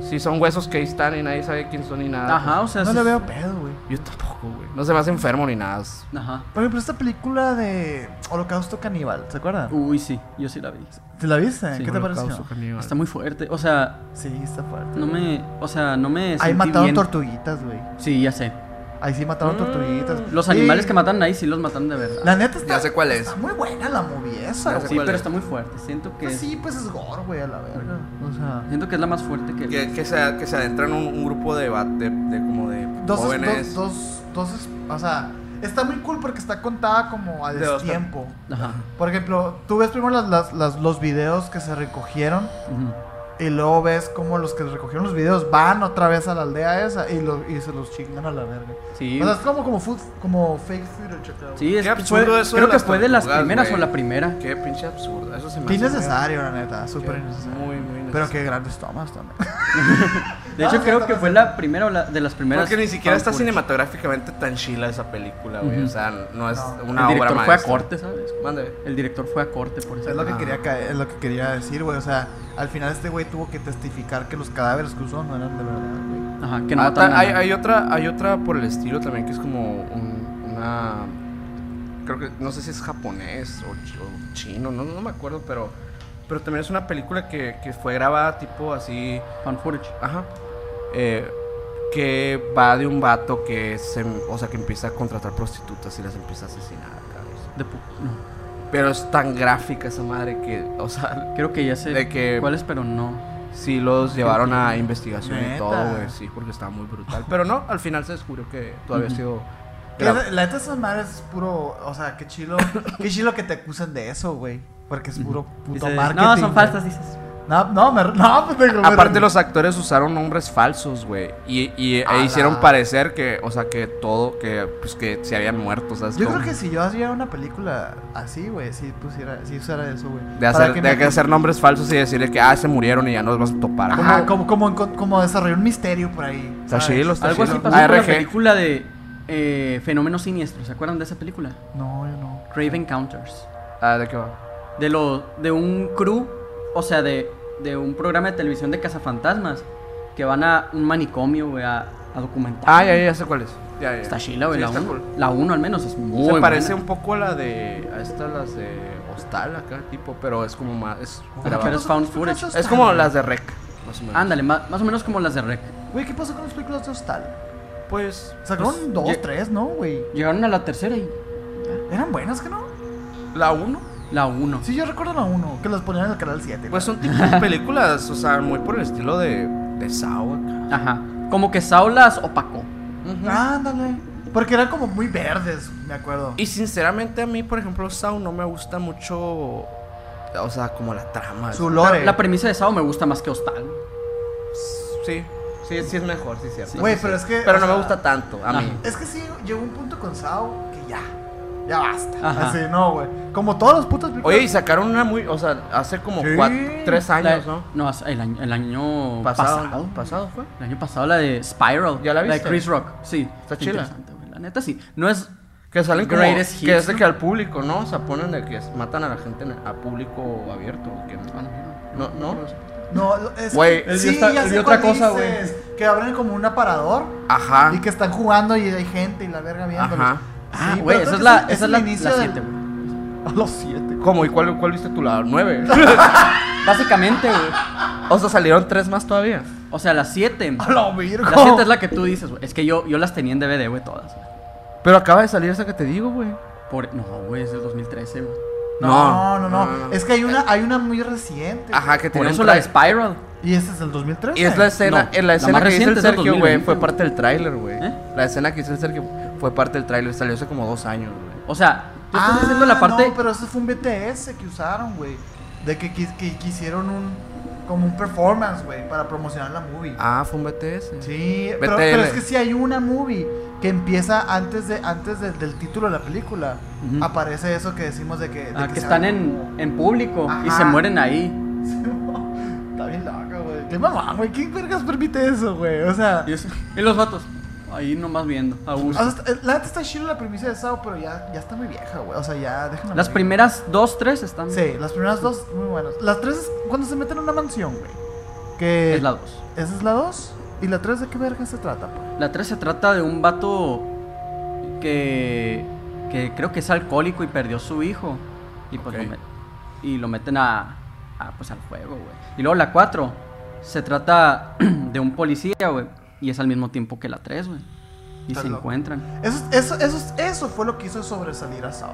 si son huesos que ahí están y nadie sabe quién son ni nada. Ajá, o sea. No sí- le veo pedo, güey. pues, yo tampoco, güey. No se me hace enfermo ni nada. es- Ajá. Por ejemplo, esta película de Holocausto Caníbal, ¿se acuerdan? Uy, sí, yo sí la vi. ¿Te la viste? Sí, ¿Qué te Uh. Holocausto pareció? caníbal. Está muy fuerte. O sea, Sí, está fuerte. no me. O sea, no me. Ahí sentí mataron bien. tortuguitas, güey. Sí, ya sé. Ahí sí mataron tortuguitas. Mm, Los Sí. animales que matan ahí sí los matan de verdad. La neta está, Ya sé cuál es. está muy buena la movie esa, Ya güey. sé Sí, cuál pero es. está muy fuerte. Siento que. Pues es- sí, pues es gore, güey, a la verga. O sea, Siento que es la más fuerte que. Que, que se, que se adentran un, un grupo de, va- de, de como de dos, jóvenes. dos, dos, dos, es- o sea, está muy cool porque está contada como a De dos- destiempo. Ajá. Por ejemplo, tú ves primero las, las- las- los videos que se recogieron ujú. y luego ves cómo los que recogieron los videos van otra vez a la aldea esa y, lo- y se los chingan a la verga. Sí. O sea, es como, como, food- como fake footage. acá, güey. Sí, es Qué que absurdo fue- eso de creo que las fue de las tortugas, primeras güey. o la primera. Qué pinche absurdo. Eso se me Qué hace. innecesario, la neta, súper güey. innecesario. Muy, muy Pero necesario. qué grandes tomas también. De hecho, creo que fue la primera o la- de las primeras. Porque ni siquiera fan está footage. cinematográficamente tan chila esa película, güey. Ujú. O sea, no es No. una obra El director fue a maestra. corte, ¿sabes? Mande. El director fue a corte por eso. Es lo que Ah. quería caer- es lo que quería decir, güey. O sea, al final este güey tuvo que testificar que los cadáveres que usó no eran de verdad, güey. Ajá, que no Ah, mataron ta- a hay, nadie. hay otra, hay otra por el estilo también que es como un- una. Creo que no sé si es japonés o, chi- o chino, no, no me acuerdo, pero pero también es una película que, que fue grabada tipo así, Fan footage. ajá, eh, que va de un vato que se, o sea, que empieza a contratar prostitutas y las empieza a asesinar. acá, o sea. De pu- no. Pero es tan gráfica esa madre que, o sea, Creo que ya sé De que- cuáles, pero no. Sí, los llevaron a investigación y Neta. todo, güey, sí, porque estaba muy brutal. Pero no, al final se descubrió que todavía Ujú. había sido. Que La la neta, esas madres es puro. O sea, qué chilo. qué chilo que te acusan de eso, güey. Porque es puro puto Dices, marketing. no, son güey". falsas, dices. No, no, me, no, pues digo, me- Aparte, los actores usaron nombres falsos, güey. Y, y e Ala. hicieron parecer que, o sea, que todo, que, pues, que se habían muerto, ¿sabes? Yo Como creo que si yo hacía una película así, güey, si pusiera, si usara eso, güey. De Para hacer, que de me- que hacer nombres falsos y decirle que, ah, se murieron y ya nos vas a topar. Como, Ajá. como, como, encon- como desarrollar un misterio por ahí. Está ¿sabes? chilo, está Algo así chilo. Ah. pasó con la ARG. película de eh, Fenómeno Siniestro. ¿Se acuerdan de esa película? No, yo no. Grave Encounters. Ah, ¿de qué va? De, lo, de un crew, o sea, de, de un programa de televisión de cazafantasmas que van a un manicomio, güey, a, a documentar. Ah, ya, ya, ya sé cuál es. Ya, ya, ya. Está chila, güey. Sí, la está 1 cool. al menos es muy. se parece buena. un poco a la de. A esta, las de Hostal acá, tipo, pero es como más. Es, Pero grabado. es found footage. Hostal? es como las de Rec, más o menos. Ándale, ma- más, o menos como las de Rec. Güey, ¿qué pasó con las películas de Hostal? Pues. Sacaron Pues, dos, ye- tres, ¿no, güey? Llegaron a la tercera y ¿Eran buenas que no? La 1. la 1. Sí, yo recuerdo la uno, que las ponían en el canal 7. Pues son tipos de películas, o sea, muy por el estilo de. De Sao acá. Ajá. Como que Saulas opacó. Ah, Ándale. Porque eran como muy verdes, me acuerdo. Y sinceramente, a mí, por ejemplo, Sao no me gusta mucho. O sea, como la trama. Su ¿no? lore. La premisa de Sao me gusta más que Hostal. Sí, sí, sí es mejor, sí, es cierto. Güey, sí, pero sí. es que, Pero o no me sea- gusta tanto, a mí. Es que sí, llegó un punto con Sao que ya. Ya basta. Ajá. Así, no, güey. Como todos los putos películas. Oye, y sacaron una muy. O sea, hace como Sí. 3 tres años, La- ¿no? No, hace- el año, el año Pasado. pasado. ¿Pasado, fue? El año pasado la de Spiral. ¿Ya la de viste? Chris Rock. Sí. Está chila. interesante, güey, La neta sí. No es. Que salen como, Greatest hits, que es de ¿no? que al público, ¿no? O sea, ponen de que matan a la gente en- a público abierto. que no, Ah, no, no. No, es. Güey, él vio esta- ya él sé vio otra cuál cosa, dices, Que abren como un aparador Ajá. y que están jugando y hay gente y la verga viéndolos. Ajá. Ah, Sí, güey, pero esa creo es que la. ese- Esa ese es la el inicio 7, del- güey. A los 7. ¿Cómo? ¿Y cuál, cuál viste tu lado? Nueve. Básicamente, güey. o sea, salieron tres más todavía. O sea, las 7. A lo virgo. La 7 es la que tú dices, güey. Es que yo, yo las tenía en DVD, güey, todas. güey. Pero acaba de salir esa que te digo, güey. Por... No, güey, es del 2013, güey. No, no, no, Es que hay una, hay una muy reciente. Ajá, que Por tiene eso un la de tráiler. Spiral. Y esta es del 2013. Y es la escena, No, en la la escena más que hizo el reciente es del Sergio, güey, 2020, fue güey. parte del tráiler, güey. ¿Eh? La escena que hizo el Sergio fue parte del tráiler, salió hace como dos años, güey. O sea, yo estoy Ah, diciendo la parte. No, pero eso fue un BTS que usaron, güey. De que, quis- que, que hicieron un. Como un performance, güey, para promocionar la movie. Ah, fue un BTS. Sí, pero, BTL. pero es que sí hay una movie que empieza antes de antes de- del título de la película. Ujú. Aparece eso que decimos de que. de Ah, que se están van- en, en público y Ajá. se mueren ahí. Está bien loca, güey. Qué mamá, güey. ¿Quién vergas permite eso, güey? O sea. Y, es- y los vatos, ahí nomás viendo, a o gusto. sea, está- la neta está chido la premisa de Sao, pero ya, ya está muy vieja, güey. O sea, ya déjenla. Las morir. primeras dos, tres están. Sí, las primeras dos muy buenas. Las tres es cuando se meten en una mansión, güey. Que Es la dos. Esa es la dos. ¿Y la tres de qué verga se trata, pues? pa? La tres se trata de un vato que, que creo que es alcohólico y perdió su hijo. Y pues Ok. lo, met- y lo meten a, a, pues al fuego, güey. Y luego la cuatro se trata de un policía, güey. Y es al mismo tiempo que la tres, güey. Y Está se loco. encuentran. Eso, eso, eso, eso fue lo que hizo sobresalir a Sao.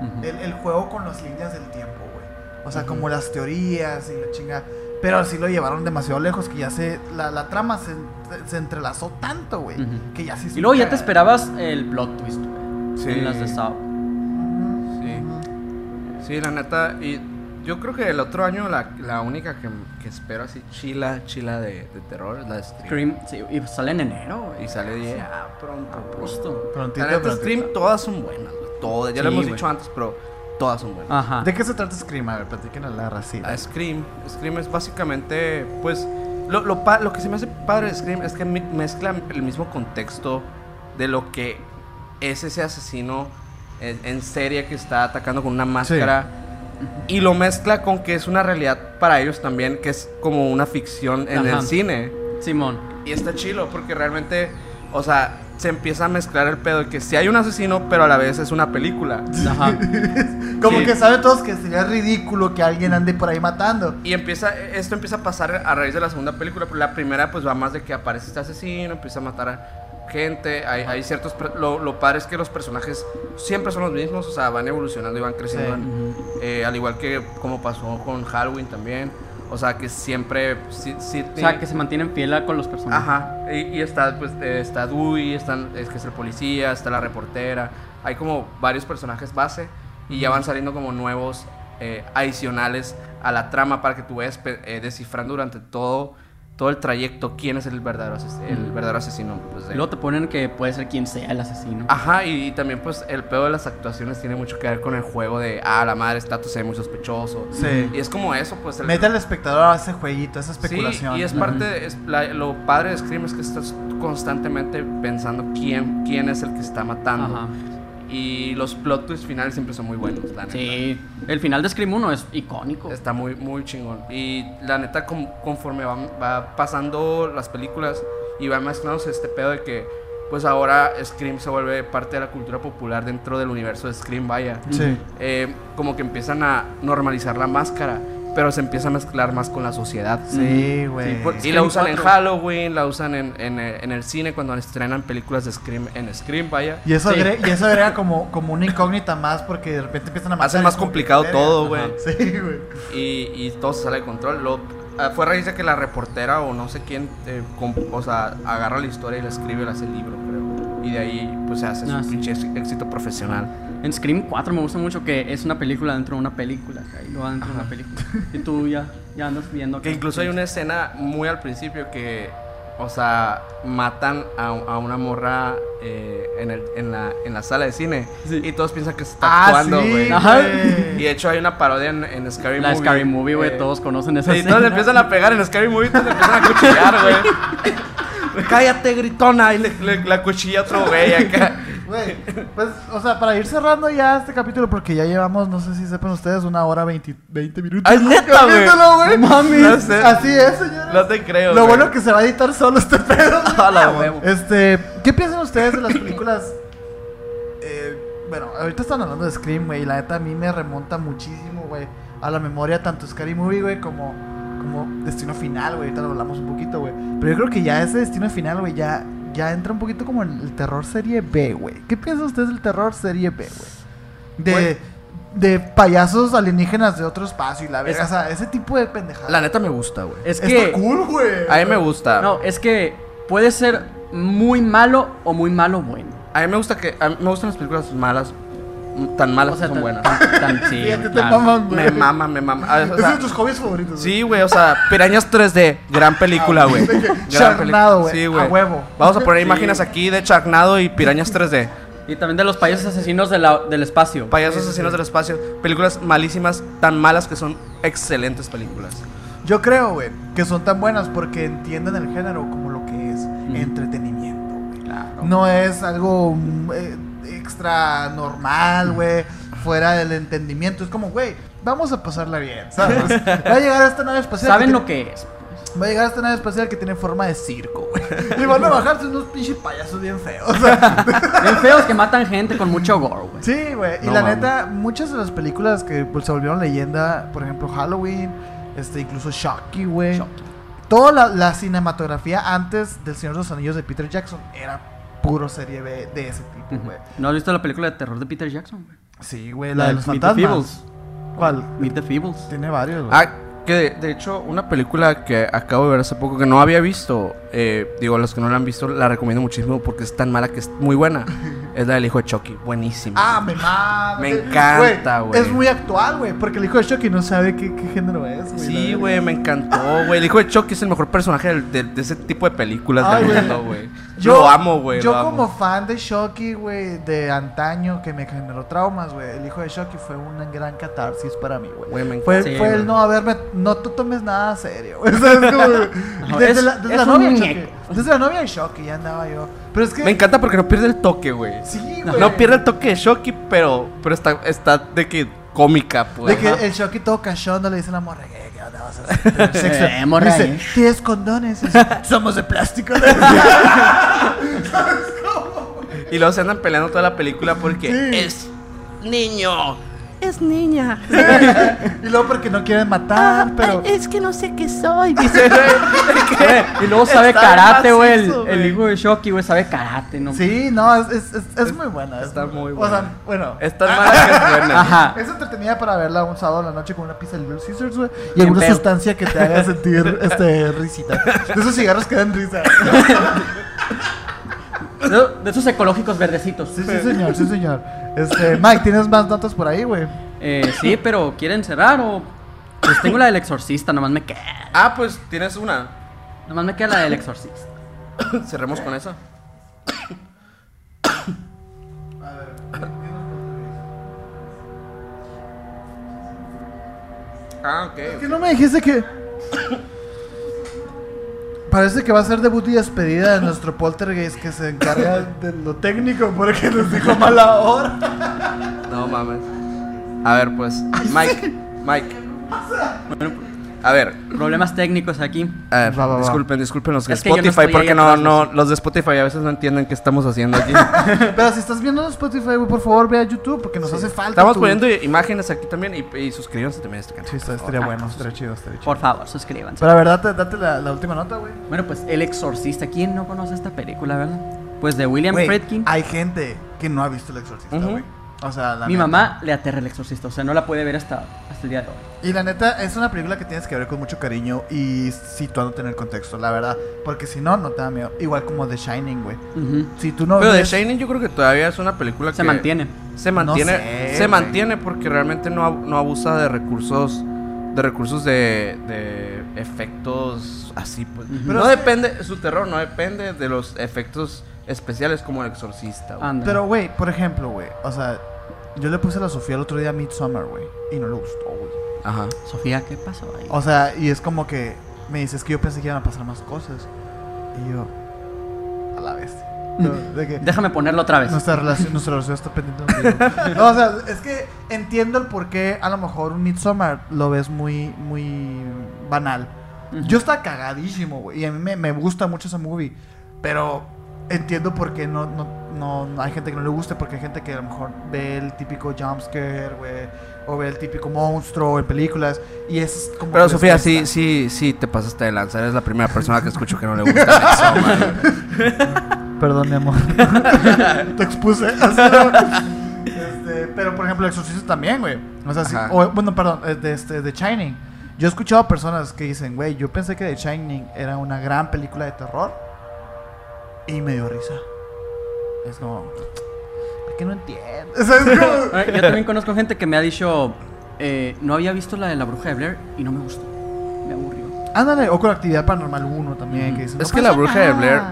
Ujú. El, el juego con las líneas del tiempo, güey. O sea, como las teorías y la chinga. Pero así lo llevaron demasiado lejos que ya se. La, la trama se, se entrelazó tanto, güey. Ujú. Que ya se hizo Y luego ya te cagada. esperabas el plot twist, güey. Sí. En las de Sao. Sí. Sí, la neta. Y yo creo que el otro año la, la única que, que espero así chila, chila de, de terror es la de Scream. Ah, Scream, sí, y sale en enero, güey. Y sale ya pronto, pues. pronto. Justo. Prontito, La neta, prontito. Scream todas son buenas, güey. Todas. Ya lo Sí, hemos güey. Ah. dicho antes, pero todas son buenas. Ajá. Ah, ¿De qué se trata Scream? A ver, platiquen a la racita. A Scream. Scream es básicamente, pues, Lo, lo pa- lo que se me hace padre de Scream es que mi- mezcla el mismo contexto de lo que es ese asesino en, en serie que está atacando con una máscara. Y lo mezcla con que es una realidad para ellos también, que es como una ficción en Ajá. el cine. Simón. Y está chilo, porque realmente, o sea, se empieza a mezclar el pedo de que si hay un asesino, pero a la vez es una película. Ajá. Como Sí. que sabe todos que sería ridículo que alguien ande por ahí matando. Y empieza, esto empieza a pasar a raíz de la segunda película, pero la primera pues va más de que aparece este asesino, empieza a matar a gente, hay, hay ciertos, per- lo, lo padre es que los personajes siempre son los mismos, o sea, van evolucionando y van creciendo, Sí. en- eh, al igual que como pasó con Halloween también, o sea, que siempre... sí- sí O sea, te- que se mantienen fiel a- con los personajes. Ajá, y, y está, pues, eh, está Dewey, están, es que es el policía, está la reportera, hay como varios personajes base y ya van saliendo como nuevos eh, adicionales a la trama para que tú vayas pe- eh, descifrando durante todo, todo el trayecto quién es el verdadero, ases- el verdadero asesino. pues, de- Y Luego te ponen que puede ser quien sea el asesino. Ajá, y, y también pues el pedo de las actuaciones tiene mucho que ver con el juego de, ah, la madre está, tú se ve muy sospechoso. Sí. Y es como eso, pues... el- Mete al espectador a ese jueguito, a esa especulación. Sí, y es Ujú. parte de- es la- lo padre de Scream es que estás constantemente pensando quién, quién es el que está matando. Ajá. Y los plot twists finales siempre son muy buenos, la neta. Sí. El final de Scream 1 es icónico. Está muy, muy chingón. Y la neta, con- conforme va, va pasando las películas y va mezclándose este pedo de que, pues ahora Scream se vuelve parte de la cultura popular dentro del universo de Scream, vaya. Sí. Eh, como que empiezan a normalizar la máscara, pero se empieza a mezclar más con la sociedad. Sí, güey. Sí, por- Y la usan en Halloween, la usan en, en, el- en el cine cuando estrenan películas de Scream en Scream, vaya. Y eso, Sí. agre- y eso agrega como, como una incógnita más porque de repente empiezan a matar. Hacen y más es como que, complicado "Verga". todo, güey. Sí, güey. Y, y todo se sale de control. Lo- ah, fue a raíz de que la reportera o no sé quién, eh, comp- o sea, agarra la historia y la escribe, la hace el libro, creo. Y de ahí, pues se hace Ah, su sí. pinche ex- éxito profesional. En Scream 4 me gusta mucho que es una película dentro de una película. acá, Y lo va dentro de una película. Y tú ya, ya andas viendo. Que acá. incluso hay una escena muy al principio que, o sea, matan a, a una morra eh, en, el- en, la, en la sala de cine. Sí. Y todos piensan que se está Ah, actuando, sí, güey. güey. Ajá. Y de hecho hay una parodia en, en Scary La Movie. Scary Movie, güey. Eh, todos conocen esa Y todos le escena. empiezan a pegar en Scary Movie, todos le empiezan a cuchillar, güey. Cállate, gritona. Y le, le- la cuchilla a otro güey acá. Güey, pues, o sea, para ir cerrando ya este capítulo, porque ya llevamos, no sé si sepan ustedes, una hora 20, 20 minutos. ¡Ay, neta, güey! Capítulo, güey. Mami. No sé. Así es, señores. No te creo, Lo güey. bueno que se va a editar solo este pedo. güey. A la huevo. Este, ¿qué piensan ustedes de las películas? Eh, bueno, ahorita están hablando de Scream, güey. y La neta a mí me remonta muchísimo, güey. A la memoria tanto Scary Movie, güey, como, como Destino Final, güey. Ahorita lo hablamos un poquito, güey. Pero yo creo que ya ese Destino Final, güey, ya, ya entra un poquito como en el terror serie B, güey. ¿Qué piensan ustedes del terror serie B, güey? De... Güey. De payasos alienígenas de otro espacio y la verga, Es- o sea, ese tipo de pendejadas. La neta me gusta, güey. Es Está que. cool, güey. A mí me gusta. No, es que puede ser muy malo o muy malo bueno. A mí me gusta que... A mí me gustan las películas malas. mm, Tan malas que son tan- buenas. tan- tan- sí, Fíjate, te claro. mamas, güey. Me mama, me mama. Ah, o es uno sea, de tus hobbies favoritos. Sí, güey, o sea, Pirañas 3D, gran película, güey. Gran Charnado, güey, Sí, a huevo. Vamos a poner imágenes aquí de Charnado y Pirañas 3D. Y también de los países asesinos de la- del espacio. Payasos asesinos del espacio, películas malísimas, tan malas que son excelentes películas. güey. Yo creo, güey, que son tan buenas porque entienden el género como lo que es entretenimiento. güey. No es algo mm, eh, extra normal, güey, fuera del entendimiento. Es como, güey, vamos a pasarla bien, ¿sabes? Va a llegar a esta nave espacial. ¿Saben que lo tiene- que es? Va a llegar a esta nave espacial que tiene forma de circo, güey. Y van a bajarse unos pinches payasos bien feos. o sea, Bien feos que matan gente con mucho gore, güey. Sí, güey. Y No la mames. neta, muchas de las películas que pues, se volvieron leyenda, por ejemplo, Halloween, este, incluso Shocky, güey. Chucky. Toda la, la cinematografía antes del Señor de los Anillos de Peter Jackson era puro serie B de ese tipo, güey. ¿No has visto la película de terror de Peter Jackson, güey? Sí, güey, la, de los Meet the fantasmas. Feebles. ¿Cuál? Meet the Feebles. Tiene varios, güey. Ah, que de, de hecho, una película que acabo de ver hace poco que no había visto, eh, digo, a los que no la han visto, la recomiendo muchísimo porque es tan mala que es muy buena. Es la del hijo de Chucky, buenísima. Ah, me mama. Me encanta, güey. Es muy actual, güey, porque el hijo de Shocky no sabe qué, qué género es, güey. la Sí, verdad. güey, me encantó, güey. El hijo de Chucky es el mejor personaje del- del- de, ese tipo de películas Ay, del güey. mundo, güey. Lo amo, güey, Yo lo amo. como fan de Shocky, güey, de antaño, que me generó traumas, güey. El hijo de Shocky fue una gran catarsis para mí, güey. Güey, me Fue, Sí, fue güey. el no haberme, no te tomes nada serio, güey. O sea, es como- No, desde, es- la, desde es la un novia de muñeco. Shocky. Desde la novia de Shocky ya andaba yo. Pero es que. Me encanta porque no pierde el toque, güey. Sí, güey. No pierde el toque de Shocky, pero, pero está, está de que cómica, pues. De que Ajá. el Shocky todo cachondo le dice a la morra, "Eh, ¿qué onda vas a hacer? Sexo". Eh, morra, Dice, eh. ¿tienes condones? Y dice, Somos de plástico. Y luego se andan peleando toda la película porque Sí. es niño. Es niña. y luego porque no quieren matar, pero... Ay, es que no sé qué soy. Dice, "Güey, Güey, y luego sabe Está karate, güey. El, macizo, el güey. hijo de Shocky, güey, sabe karate, ¿no? Sí, no, es, es, es, es muy buena. es está muy O sea, buena. bueno, Es tan mala que es buena. Ajá. es entretenida para verla un sábado en la noche con una pizza de Little Scissors, güey. Y Bien alguna pedo. sustancia que te haga sentir, este, risita. De esos cigarros que dan risa. De, de esos ecológicos verdecitos. Sí, sí, señor, sí, señor. Este, Mike, ¿tienes más notas por ahí, güey? Eh, sí, pero ¿quieren cerrar o...? Pues tengo la del exorcista, nomás me queda. Ah, pues tienes una. Nomás me queda la del exorcista. Cerremos con esa. Ah, ok. ¿Por qué no me dijiste que...? Parece que va a ser debut y despedida de nuestro poltergeist que se encarga de lo técnico porque nos dijo mala hora. No mames. A ver, pues. Mike, Mike. A ver, Problemas técnicos aquí. a ver, Va, va, va. disculpen, disculpen los de Es que yo no Spotify, estoy porque ahí no, atrás, no, así. los de Spotify a veces no entienden qué estamos haciendo aquí. Pero si estás viendo en Spotify, güey, por favor, ve a YouTube porque nos hace falta Estamos tu- poniendo imágenes aquí también y, y suscríbanse también a este canal. Sí, está- estaría bueno, estaría chido, estaría chido. Por favor, suscríbanse. Pero la verdad, te- date la, la última nota, güey. Bueno, pues El Exorcista. ¿Quién no conoce esta película, verdad? Pues de William Güey, Friedkin. Hay gente que no ha visto El Exorcista, Ujú. güey. O sea, la Mi neta. mamá le aterra El Exorcista, o sea, no la puede ver hasta, hasta el día de hoy. Y la neta, es una película que tienes que ver con mucho cariño y situándote en el contexto, la verdad. Porque si no, no te da miedo. Igual como The Shining, güey. Ujú. Si tú no Pero The ves- Shining yo creo que todavía es una película Se que mantiene. se mantiene, No sé, se güey. mantiene porque realmente no, ab- no abusa de recursos de recursos de, de efectos así pues. Pero no es que- depende su terror no depende de los efectos especiales como el exorcista. güey. Anda. Pero, güey, por ejemplo, güey. O sea, yo le puse a la Sofía el otro día Midsommar, güey. Y no le gustó, güey. Ajá. Sofía, ¿qué pasó ahí? O sea, y es como que me dices que yo pensé que iban a pasar más cosas. Y yo, a la vez. De que Déjame ponerlo otra vez. nuestra relación, nuestra relación está pendiente. de un video. No, o sea, es que entiendo el por qué a lo mejor un Midsommar lo ves muy, muy banal. Yo está cagadísimo, güey. Y a mí me, me gusta mucho esa movie. Pero entiendo por qué no, no, no, no- hay gente que no le guste. Porque hay gente que a lo mejor ve el típico jumpscare, güey. O ve el típico monstruo en películas. Y es como. que Pero les Sofía, cuesta. sí, sí, sí, te pasaste de lanzar. Eres la primera persona que escucho que no le gusta. Midsommar, güey. Perdón, mi amor. Te expuse. o sea, este, pero, por ejemplo, Exorcista también, güey. O sea, sí- Ajá. o, bueno, perdón, eh, de, este, de Shining. Yo he escuchado personas que dicen, güey, yo pensé que The Shining era una gran película de terror y me dio risa. Es como, ¿por qué no entiendo? O sea, es como- Ay, Yo también conozco gente que me ha dicho, eh, no había visto la de la bruja de Blair y no me gustó. Me aburrió. ándale, o con Actividad Paranormal 1 también, que dicen, es "No que la pasa bruja de nada". Blair,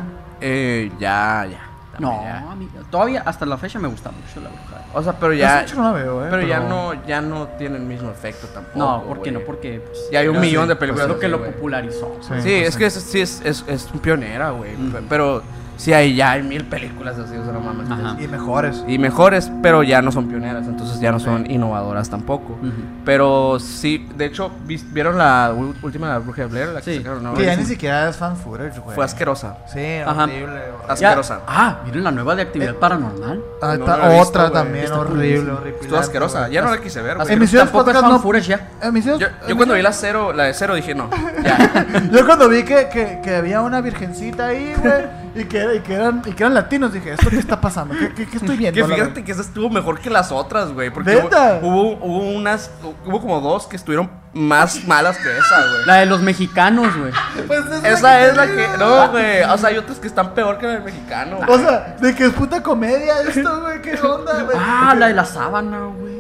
eh, ya, ya. también No, ya. a mí- todavía hasta la fecha me gusta mucho la bruja. de Blair. O sea, pero Hace ya. mucho que no la veo, eh, Pero, ya no, ya no tiene el mismo efecto tampoco. No, ¿por qué güey. Oh, no? Porque pues, Ya hay un era- millón de películas es lo así, que lo güey. popularizó. Sí, Sí, pues es sí. que es, sí es, es, es un pionera, güey. Pe- Pero sí hay, ya hay mil películas así, o sea, no mames. Ajá. Y mejores. Y mejores, pero ya no son pioneras, entonces ya no son innovadoras tampoco. Ujú. Pero sí, de hecho, ¿vis- ¿vieron la u- última de la Bruja de Blair? La que Sí. sacaron, ¿no? que ya Sí. ni siquiera es fan footage, güey. Fue asquerosa. Sí, Ajá. horrible, horrible. Ya- Asquerosa. Ah, miren la nueva de actividad paranormal. Ah, No está la he visto, otra güey. también, Está horrible, culerísima. horrible. Estuvo asquerosa. Ya no la quise ver, güey. Asquerosa. Emisiones Tampoco es podcast fan no. footage ya. Emisiones- Yo, yo cuando vi la cero, la de cero dije no. Ya. Yo cuando vi que, que, que había una virgencita ahí, güey, y que, y, que eran, y que eran latinos, dije, ¿esto qué está pasando? ¿Qué, qué, qué estoy viendo? Que la fíjate verdad? que esa estuvo mejor que las otras, güey. Porque ¿Neta? hubo, hubo, hubo unas, hubo como dos que estuvieron más malas que esa, güey. La de los mexicanos, güey. Pues, Esa es la que. No, güey. O sea, hay otras que están peor que la del mexicano. O sea, de que es puta comedia esto, güey, qué onda, güey. Ah, la de la sábana, güey.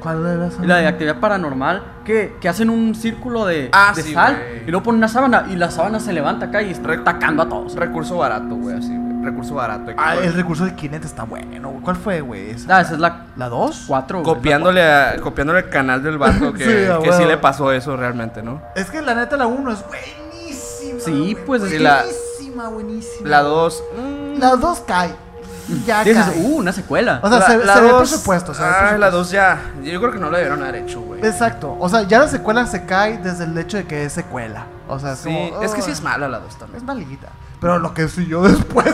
¿Cuál era Y La de actividad paranormal, que, que hacen un círculo de, Ah, de sí, sal güey. y luego ponen una sábana y la sábana se levanta acá y está Re- atacando a todos. recurso barato, güey, así, güey. recurso barato. Ah, el recurso de Kinect está bueno, güey. ¿Cuál fue, güey? ¿Esa? Ah, esa es la ¿La 2? 4. copiándole, a- copiándole el canal del vato que, Sí, a que sí huevo. le pasó eso realmente, ¿no? Es que la neta la 1 es buenísima. Sí, güey. pues, es que la- buenísima, buenísima. La mm, 2. La 2 cae. Ya Dices, cae. uh, una secuela. O sea, la, se, la se ve dos- presupuesto, se ve Ah, presupuesto. la 2 ya. Yo creo que no la debieron haber hecho, güey. Exacto. O sea, ya la secuela se cae desde el hecho de que es secuela. O sea, es Sí, como, es que sí "Oh, es mala la 2 también. Es malita. Pero lo que siguió después.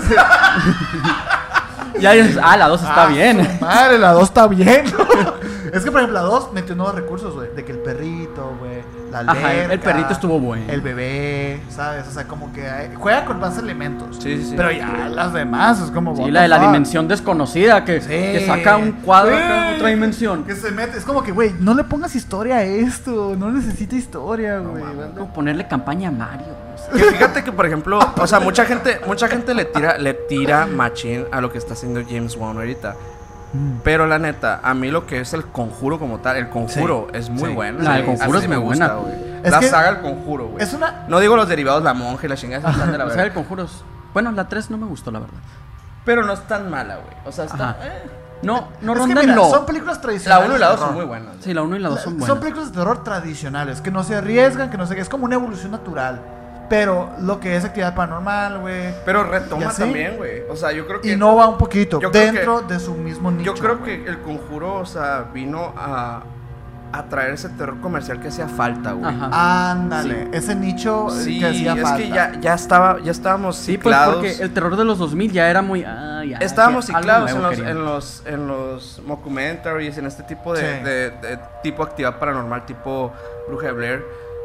ya dices, ah, la 2 está ah, bien. su Madre, la 2 está bien. es que, por ejemplo, la 2 metió nuevos recursos, güey. De que el perrito, güey. La Ajá, el- el alberca, perrito estuvo bueno. El bebé, ¿sabes? O sea, como que eh, juega con más elementos. Sí, sí, sí. Pero ya las demás es como. what Sí, la de the la fuck. dimensión desconocida que, Sí. que saca un cuadro Sí. acá en otra dimensión. Que se mete. Es como que, güey, no le pongas historia a esto. No necesita historia, güey. ¿vale? Como ponerle campaña a Mario. no sé. Que fíjate que, por ejemplo, o sea, mucha gente, mucha gente le tira, le tira machín a lo que está haciendo James Wan ahorita. Mm. Pero la neta, a mí lo que es el conjuro como tal, el conjuro es muy sí. bueno. La del Conjuro es muy buena. Es la que- saga del conjuro, güey. Es una. No digo los derivados, la monja y la chingada, esas están de la O sea, el verga. conjuros. Bueno, la 3 no me gustó, la verdad. Pero no es tan mala, güey. O sea, Ajá. está. eh. No, no es que, mira, rondenlo. son películas La tradicionales. 1 y de la 2 son terror. muy buenas. Sí, la 1 y la 2 son Son, buenas. películas de terror tradicionales, que no se arriesgan, que no sé qué, es como una evolución natural. Pero lo que es actividad paranormal, güey, Pero ¿Y retoma así? también, güey. O sea, yo creo que. innova un poquito yo creo dentro de su mismo nicho. Yo creo que el conjuro, o sea, vino a, a traer ese terror comercial que hacía falta, güey. Ajá. Ándale, ese nicho eh, Sí, que hacía es falta. que ya, ya, estaba, ya estábamos Sí, pues ciclados. porque el terror de los 2000 ya era muy. ah, ya, Estábamos que algo ciclados en nuevo los, querían. en, los, en los mockumentaries, en este tipo de, Sí. de- de tipo actividad paranormal, tipo bruja de Blair,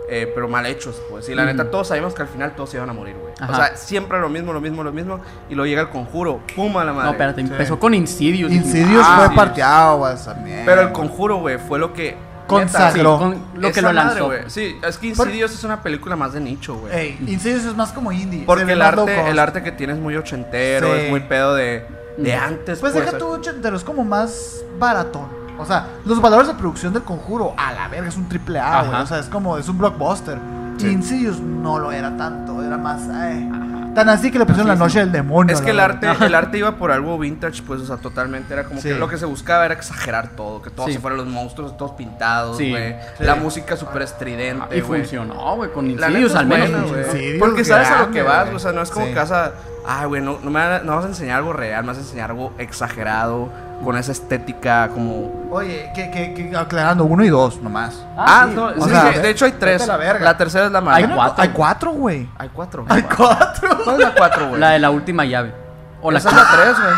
eh, pero mal hechos, pues. Y la neta, todos sabíamos que al final todos se iban a morir, güey. O Ajá. sea, siempre lo mismo, lo mismo, lo mismo. Y luego llega el conjuro, pum, a la madre. No, espérate, Sí. empezó con Insidious. dijimos, Insidious Ah, fue sí. parteado, güey, esa mierda. Pero el conjuro, güey, fue lo que. ah, Consagró. sí, Pero- con lo que esa lo madre, lanzó. güey. Sí, es que Insidious es una película más de nicho, güey. Ey, Insidious es más como indie. se Porque ve el más low arte, cost. el arte que tiene es muy ochentero, Sí. es muy pedo de, de antes. Pues deja tú ochentero, es como más baratón. O sea, los valores de producción del conjuro, a la verga, es un triple A, güey. Ajá. O sea, es como, es un blockbuster. Sí. Y Insidious no lo era tanto, era más. eh, tan así que le pusieron la noche del demonio. Es a que el la arte, verga. el arte iba por algo vintage, pues, o sea, totalmente. Era como Sí. que lo que se buscaba era exagerar todo, que todos Sí. se fueran los monstruos, todos pintados, Sí. güey. Sí. La música súper estridente, Ah, Y güey. funcionó, güey, con La neta Insidious es al menos. buena, funcionó. güey. Insidious Porque sabes a lo que grande, vas, güey. o sea, no es como Sí. que vas a. Ay, güey, no, no me van a- no vas a enseñar algo real, me vas a enseñar algo exagerado, con esa estética como. Oye, que, que, que aclarando, uno y dos nomás. Ah, sí. no, O sí, sea, de- de hecho hay tres. vete a la verga. tercera es la Hay mala. cuatro. Hay cuatro, güey. Hay cuatro. Hay cuatro. ¿Cuál es la cuatro, güey? La de la última llave. O la Esa es quinta. la tres, güey.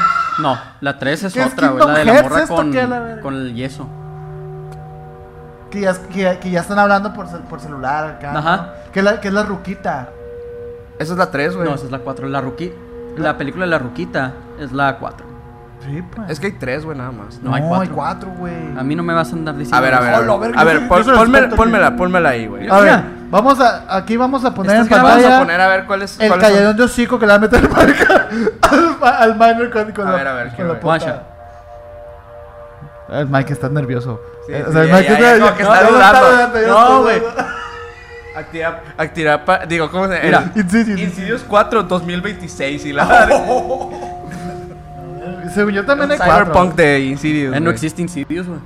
No, la 3 es ¿Qué es otra, güey. Kingdom La de la Hearts morra esto con, qué, la verga? con el yeso. Que ya, que, que ya están hablando por, cel- por celular acá. Ajá. ¿no? Que, es la, que es la ruquita. Esa es la tres, güey. No, esa es la 4. La ruqui... La película de la ruquita es la 4. Sí, pues. Es que hay tres, güey, nada más. Oh, no, hay hay cuatro. cuatro, güey. A mí no me vas a andar diciendo. A ver, a ver. Hola, A ver, verga, a yo ver soy- pon- yo soy ponme- experto en- pónmela, pónmela ahí, güey. A ver, Mira. vamos a, aquí vamos a poner en ¿Estás grabando? pantalla Vamos a poner a ver cuál es. el cuáles son- callejón de hocico que le va a meter el marca al, ma- al minor con, con A la, ver, a ver, con quiero la ver. punta. El Mike está nervioso. Sí, O sí, sea, el ya, Mike ya, ya, está- como que no, está ya lo dudando. ya No, está güey. dudando. Actividad, actividad pa- digo, ¿cómo se Mira. el- Insidious. Insidious 4 2026 y la madre. Según yo también hay Cyberpunk cuatro. de Insidious. Eh, no güey. existe Insidious, güey.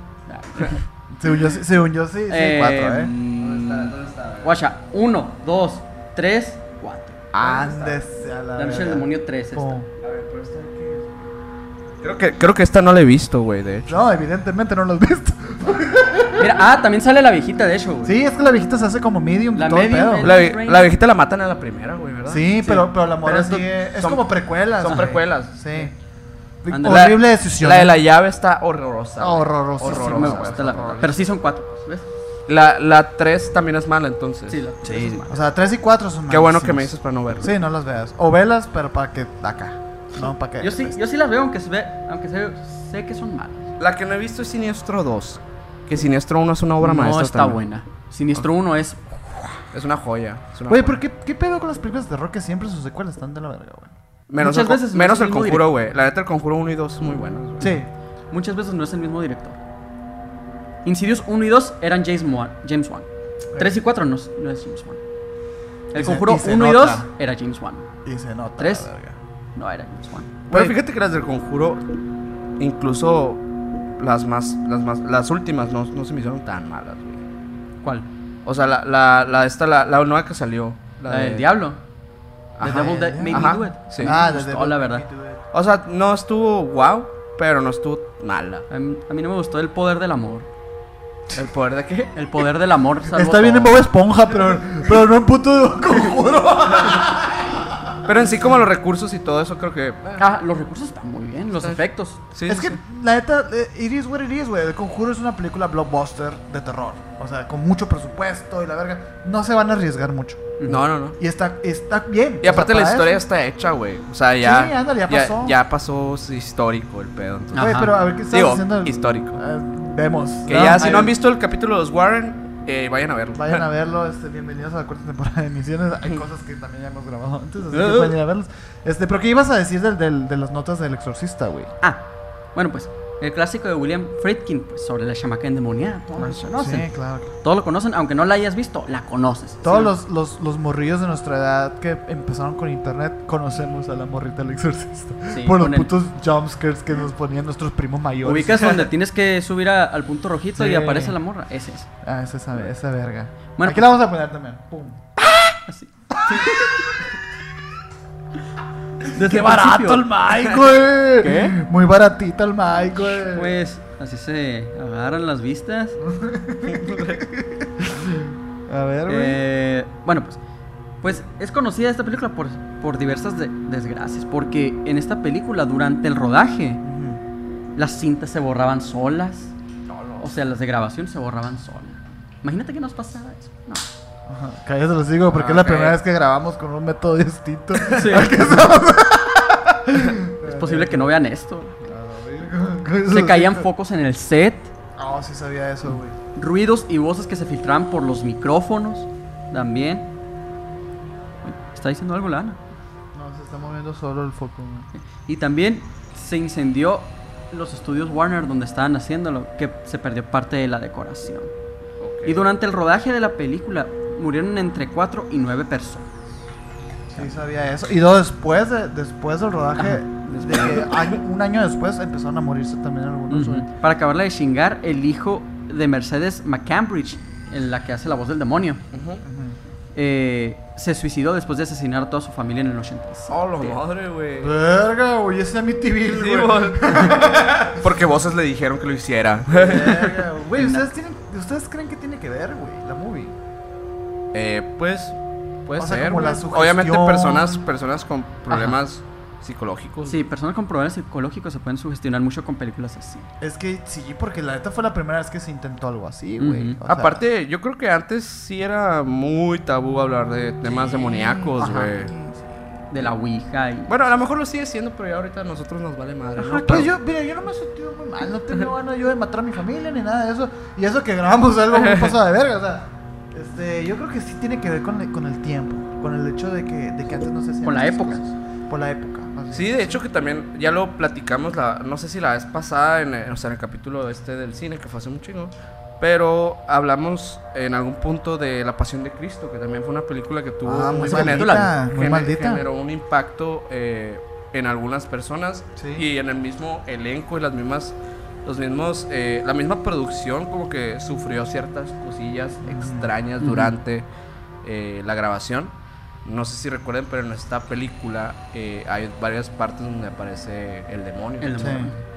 Según yo, sí- según yo sí, sí hay Eh, cuatro, eh. mm, Guacha, 1, 2, 3, 4. Ándese a Oh. la La noche del verga. demonio 3 esta. Pum. Creo que, creo que esta no la he visto, güey, de hecho. No, evidentemente no lo has visto. Mira, ah, también sale la viejita, de hecho, güey. Sí, es que la viejita se hace como medium. La todo el medium, pedo. el- La, vi- la viejita la matan a la primera, güey, ¿verdad? Sí, pero, pero la morra Pero esto- sí es, es son- como precuelas. son güey. precuelas. Sí. Ándale. Horrible decisión. La de la llave está horrorosa. güey. Horrorosa. Sí, Horrorosa, me güey, gusta la horrorosa. Pero sí son 4, ¿ves? La, la 3 también es mala, entonces. Sí, la es mala. O sea, 3 y 4 son Qué bueno malísimos. que me dices para no verla. Sí, no las veas. O velas, pero para que acá. No, para que. Yo sí, yo sí las veo, aunque, se ve, aunque se- sé que son malas. La que no he visto es Siniestro 2. Que Siniestro 1 es una obra maestra. no está también. buena. Siniestro 1 es. Es una joya. es una Güey, joya. ¿por qué, qué pedo con las películas de terror que siempre sus secuelas están de la verga, güey? Menos, Muchas el, con- veces no menos es el el mismo conjuro, güey. La neta, el conjuro 1 y 2 son muy buenos. güey. Sí. Muchas veces no es el mismo director. Insidious 1 y 2 eran James Wan. James Wan. 3 y 4 no, es- no es James Wan. El Y se- conjuro y se 1 y nota. 2 era James Wan. Y se nota. Tres. la verga. No, era James Wan. Pero Güey. fíjate que las del conjuro, incluso las más, las más, las últimas no, no se me hicieron tan malas, güey. ¿Cuál? O sea, la, la, la esta, la, la nueva que salió. La del de- diablo. The Ajá. Devil That Made Ajá, Me Do It. sí. Pues, Ah, Me desde gustó, la verdad. O sea, no estuvo wow, pero no estuvo mala. A mí, a mí no me gustó el poder del amor. ¿El poder de qué? El poder del amor. salvo Está bien en todo. Bob Esponja, pero, pero no en puto conjuro. Pero en sí, como los recursos y todo eso, creo que. eh, Ah, los recursos están muy bien, los efectos. Sí, es sí, que, sí. la neta, eh, it is what it is, güey. El conjuro es una película blockbuster de terror. O sea, con mucho presupuesto y la verga. No se van a arriesgar mucho. No, no, no. Y está, está bien. Y aparte O sea, la para historia eso. está hecha, güey. O sea, ya. Sí, ándale, ya pasó. Ya pasó sí, histórico el pedo. entonces. Güey, Ajá. pero a ver qué estás Digo, diciendo. histórico. Eh, vemos. Que ya, si ahí- no han visto el capítulo de los Warren, eh, vayan a verlo. Vayan a verlo, este, bienvenidos a la cuarta temporada de emisiones. Hay cosas que también ya hemos grabado antes, así que vayan a verlos. Este, pero ¿qué ibas a decir del, del- de las notas del exorcista, güey? Ah, bueno, pues el clásico de William Friedkin pues, sobre la chamaca endemoniada. Todos lo conocen. Ah, Sí, claro. claro. Todos lo conocen, aunque no la hayas visto, la conoces. Todos Sí. los, los, los morrillos de nuestra edad que empezaron con internet conocemos a la morrita del exorcista. Sí, Por los con el- putos jumpscares que nos ponían nuestros primos mayores. Ubicas donde tienes que subir a- al punto rojito Sí. y aparece la morra. Ese es. Ah, esa, esa, esa verga. Bueno, Aquí la vamos a poner también. Pum. Así. Desde ¡Qué el barato principio, el Mike, güey! ¿Qué? Muy baratito el Mike, güey. Pues así se agarran las vistas. A ver, güey. Eh, bueno, pues, pues es conocida esta película por, por diversas de- desgracias, porque en esta película durante el rodaje Ujú. las cintas se borraban solas, o sea, las de grabación se borraban solas. Imagínate que nos pasaba eso. No. Ajá, Cállate los digo, porque Ah, es la ok. primera vez que grabamos con un método distinto. es posible que no vean esto. Sí, Se caían focos en el set, Oh, sí sabía eso, güey. ruidos y voces que se filtraban por los micrófonos también. ¿Está diciendo algo, Lana? No, se está moviendo solo el foco, güey. Y también se incendió los estudios Warner donde estaban haciéndolo, que se perdió parte de la decoración. Y durante el rodaje de la película murieron entre 4 y 9 personas. Sí sabía eso. Y luego después, de- después del rodaje, Ajá, de que año- un año después empezaron a morirse también algunos, güey. Para acabarla de chingar, el hijo de Mercedes McCambridge, en la que hace la voz del demonio, eh, se suicidó después de asesinar a toda su familia en el 85. Oh, lo madre, güey. Verga, güey, ese es mi TV, Sí, güey. Pues- bol- Porque voces le dijeron que lo hiciera. Verga, Güey, ¿ustedes, tienen- ¿ustedes creen que tiene que ver, güey, la movie? Eh, pues, puede O sea, ser. como la güey. sugestión. Obviamente personas, personas con problemas psicológicos. Sí, personas con problemas psicológicos se pueden sugestionar mucho con películas así. Es que sí, porque la neta fue la primera vez que se intentó algo así, güey. Ujú. O sea, Aparte, yo creo que antes sí era muy tabú hablar de temas demoníacos, Ajá. güey. De la Ouija y... Bueno, a lo mejor lo sigue siendo, pero ya ahorita a nosotros nos vale madre, ¿no? Ajá, Pero- pues yo, mira, yo no me he sentido muy mal, no tengo ganas yo de matar a mi familia ni nada de eso. Y eso que grabamos algo muy pasado de verga, o sea. Este, yo creo que sí tiene que ver con, el- con el tiempo, con el hecho de que, de que antes no se hacían. Con la esas época. cosas. Por la época. más bien. Sí, de hecho que también ya lo platicamos, la, no sé si la vez pasada, en, el- o sea, en el capítulo este del cine, que fue hace un chingo, pero hablamos en algún punto de La Pasión de Cristo, que también fue una película que tuvo Ah, muy gener- maldita, muy gener- maldita. generó un impacto eh, en algunas personas Sí. y en el mismo elenco y las mismas, los mismos, eh, la misma producción como que sufrió ciertas cosillas Mm. extrañas durante eh, la grabación. No sé si recuerden, pero en esta película eh, hay varias partes donde aparece el demonio. El- Sí,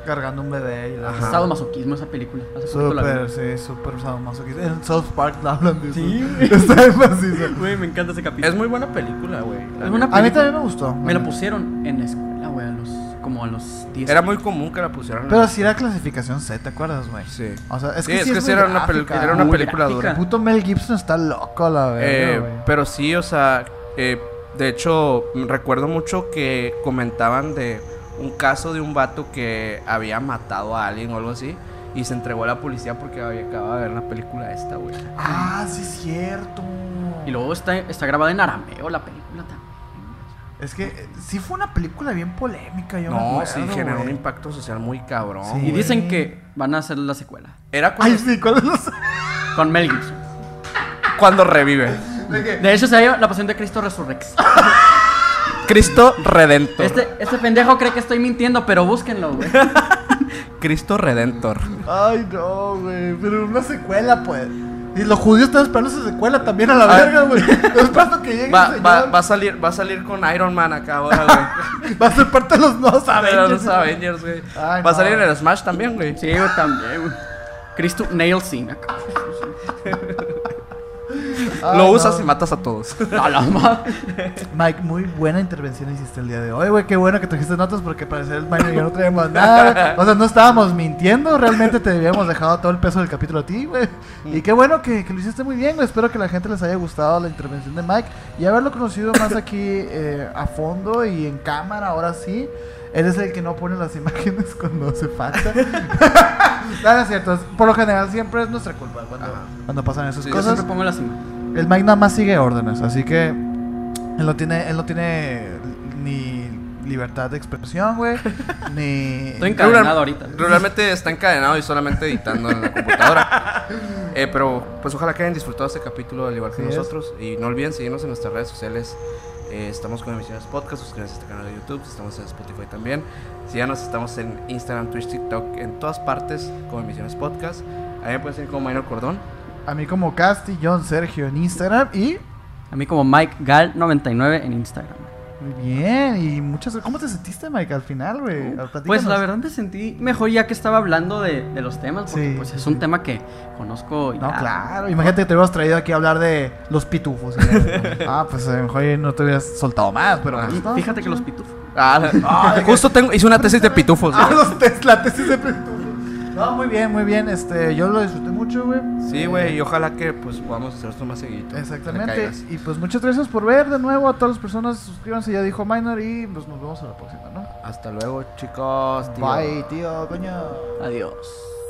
cargando un bebé y la Ajá. Estado masoquismo esa película. Hace poquito la vi. Súper, sí, súper sadomasoquista. En South Park la hablan de eso. Está bien macizo. Güey, me encanta ese capítulo. Es muy buena película, güey. la neta. Es una A mí película- también me gustó. Me la pusieron en la escuela, güey, a los, como a los 10. Era muy común que la pusieran. en Pero la- sí era clasificación C, ¿te acuerdas, güey? Sí. O sea, es Sí, que es sí, que es sí muy era una, peli- gráfica. era una Muy película dura. gráfica. Puto Mel Gibson está loco, la Eh, verga, güey. pero sí, o sea, eh, de hecho, m- recuerdo mucho que comentaban de un caso de un vato que había matado a alguien o algo así y se entregó a la policía porque había acabado de ver la película esta, güey. Ah, sí es cierto. Y luego está, está grabada en arameo la película también. Es que eh, sí fue una película bien polémica, yo me No, acuerdo, sí, generó güey. un impacto social muy cabrón. Sí. güey. Y dicen que van a hacer la secuela Era Ay, cuando, sí, ¿cuál es la- con Mel Gibson. cuando revive. de que- De hecho, se llama La Pasión de Cristo Resurrección. Cristo Redentor. Este, este pendejo cree que estoy mintiendo, pero búsquenlo, güey. Cristo Redentor. Ay, no, güey. Pero una secuela, pues. Y los judíos están esperando su secuela también a la Ah. verga, güey. Están esperando que llegue Va, el va- señor. va a salir, va a salir con Iron Man acá ahora, güey. Va a ser parte de los nuevos Pero los Avengers. Avengers, güey. Ay, Va a no. salir en el Smash también, güey. Sí, güey, también, güey. Cristo Nail Sin acá. Ay, Lo no. usas y matas a todos. A la madre. Mike, muy buena intervención hiciste el día de hoy, güey. Qué bueno que trajiste notas porque para ser el Mike yo no traíamos nada. O sea, no estábamos mintiendo. Realmente te habíamos dejado todo el peso del capítulo a ti, güey. Y qué bueno que, que lo hiciste muy bien, güey. Espero que la gente les haya gustado la intervención de Mike y haberlo conocido más aquí eh, a fondo y en cámara, ahora sí. Él es el que no pone las imágenes cuando hace falta. no, no es cierto. es- Por lo general siempre es nuestra culpa cuando, cuando pasan esas Yo cosas. siempre pongo las imágenes. El Mike nada más sigue órdenes, así que él no tiene, él no tiene ni libertad de expresión, güey, ni... Estoy encadenado ahorita. Realmente está encadenado y solamente editando en la computadora. Eh, pero pues ojalá que hayan disfrutado este capítulo al igual que Así es. nosotros. Y no olviden seguirnos en nuestras redes sociales. Eh, estamos con Emisiones Podcast, suscríbanse a este canal de YouTube, estamos en Spotify también. Síganos, estamos en Instagram, Twitch, TikTok, en todas partes con Emisiones Podcast. A mí me pueden seguir como Minor Cordón. A mí como Casti, John Sergio en Instagram y... A mí como Mike Gal99 en Instagram. Muy bien, y muchas... ¿Cómo te sentiste, Mike, al final, güey? A ver, Pues platícanos. la verdad me sentí mejor ya que estaba hablando de, de los temas, porque Sí, pues sí, es un sí. tema que conozco No, ya. claro, imagínate que te hubieras traído aquí a hablar de los pitufos. güey. ah, pues a lo mejor no te hubieras soltado más, pero... Ah, pues, no. Fíjate que los pitufos. Ah, justo tengo, hice una tesis de pitufos. Ah, güey. los tes- la tesis de pitufos. No, muy bien, muy bien, este, yo lo disfruté mucho, güey. Sí, güey, y ojalá que pues podamos hacer esto más seguido. No te Exactamente. caigas. Y pues muchas gracias por ver de nuevo a todas las personas. Suscríbanse, ya dijo Minor. Y pues nos vemos a la próxima, ¿no? Hasta luego, chicos. tío. Bye, tío, coño. Adiós.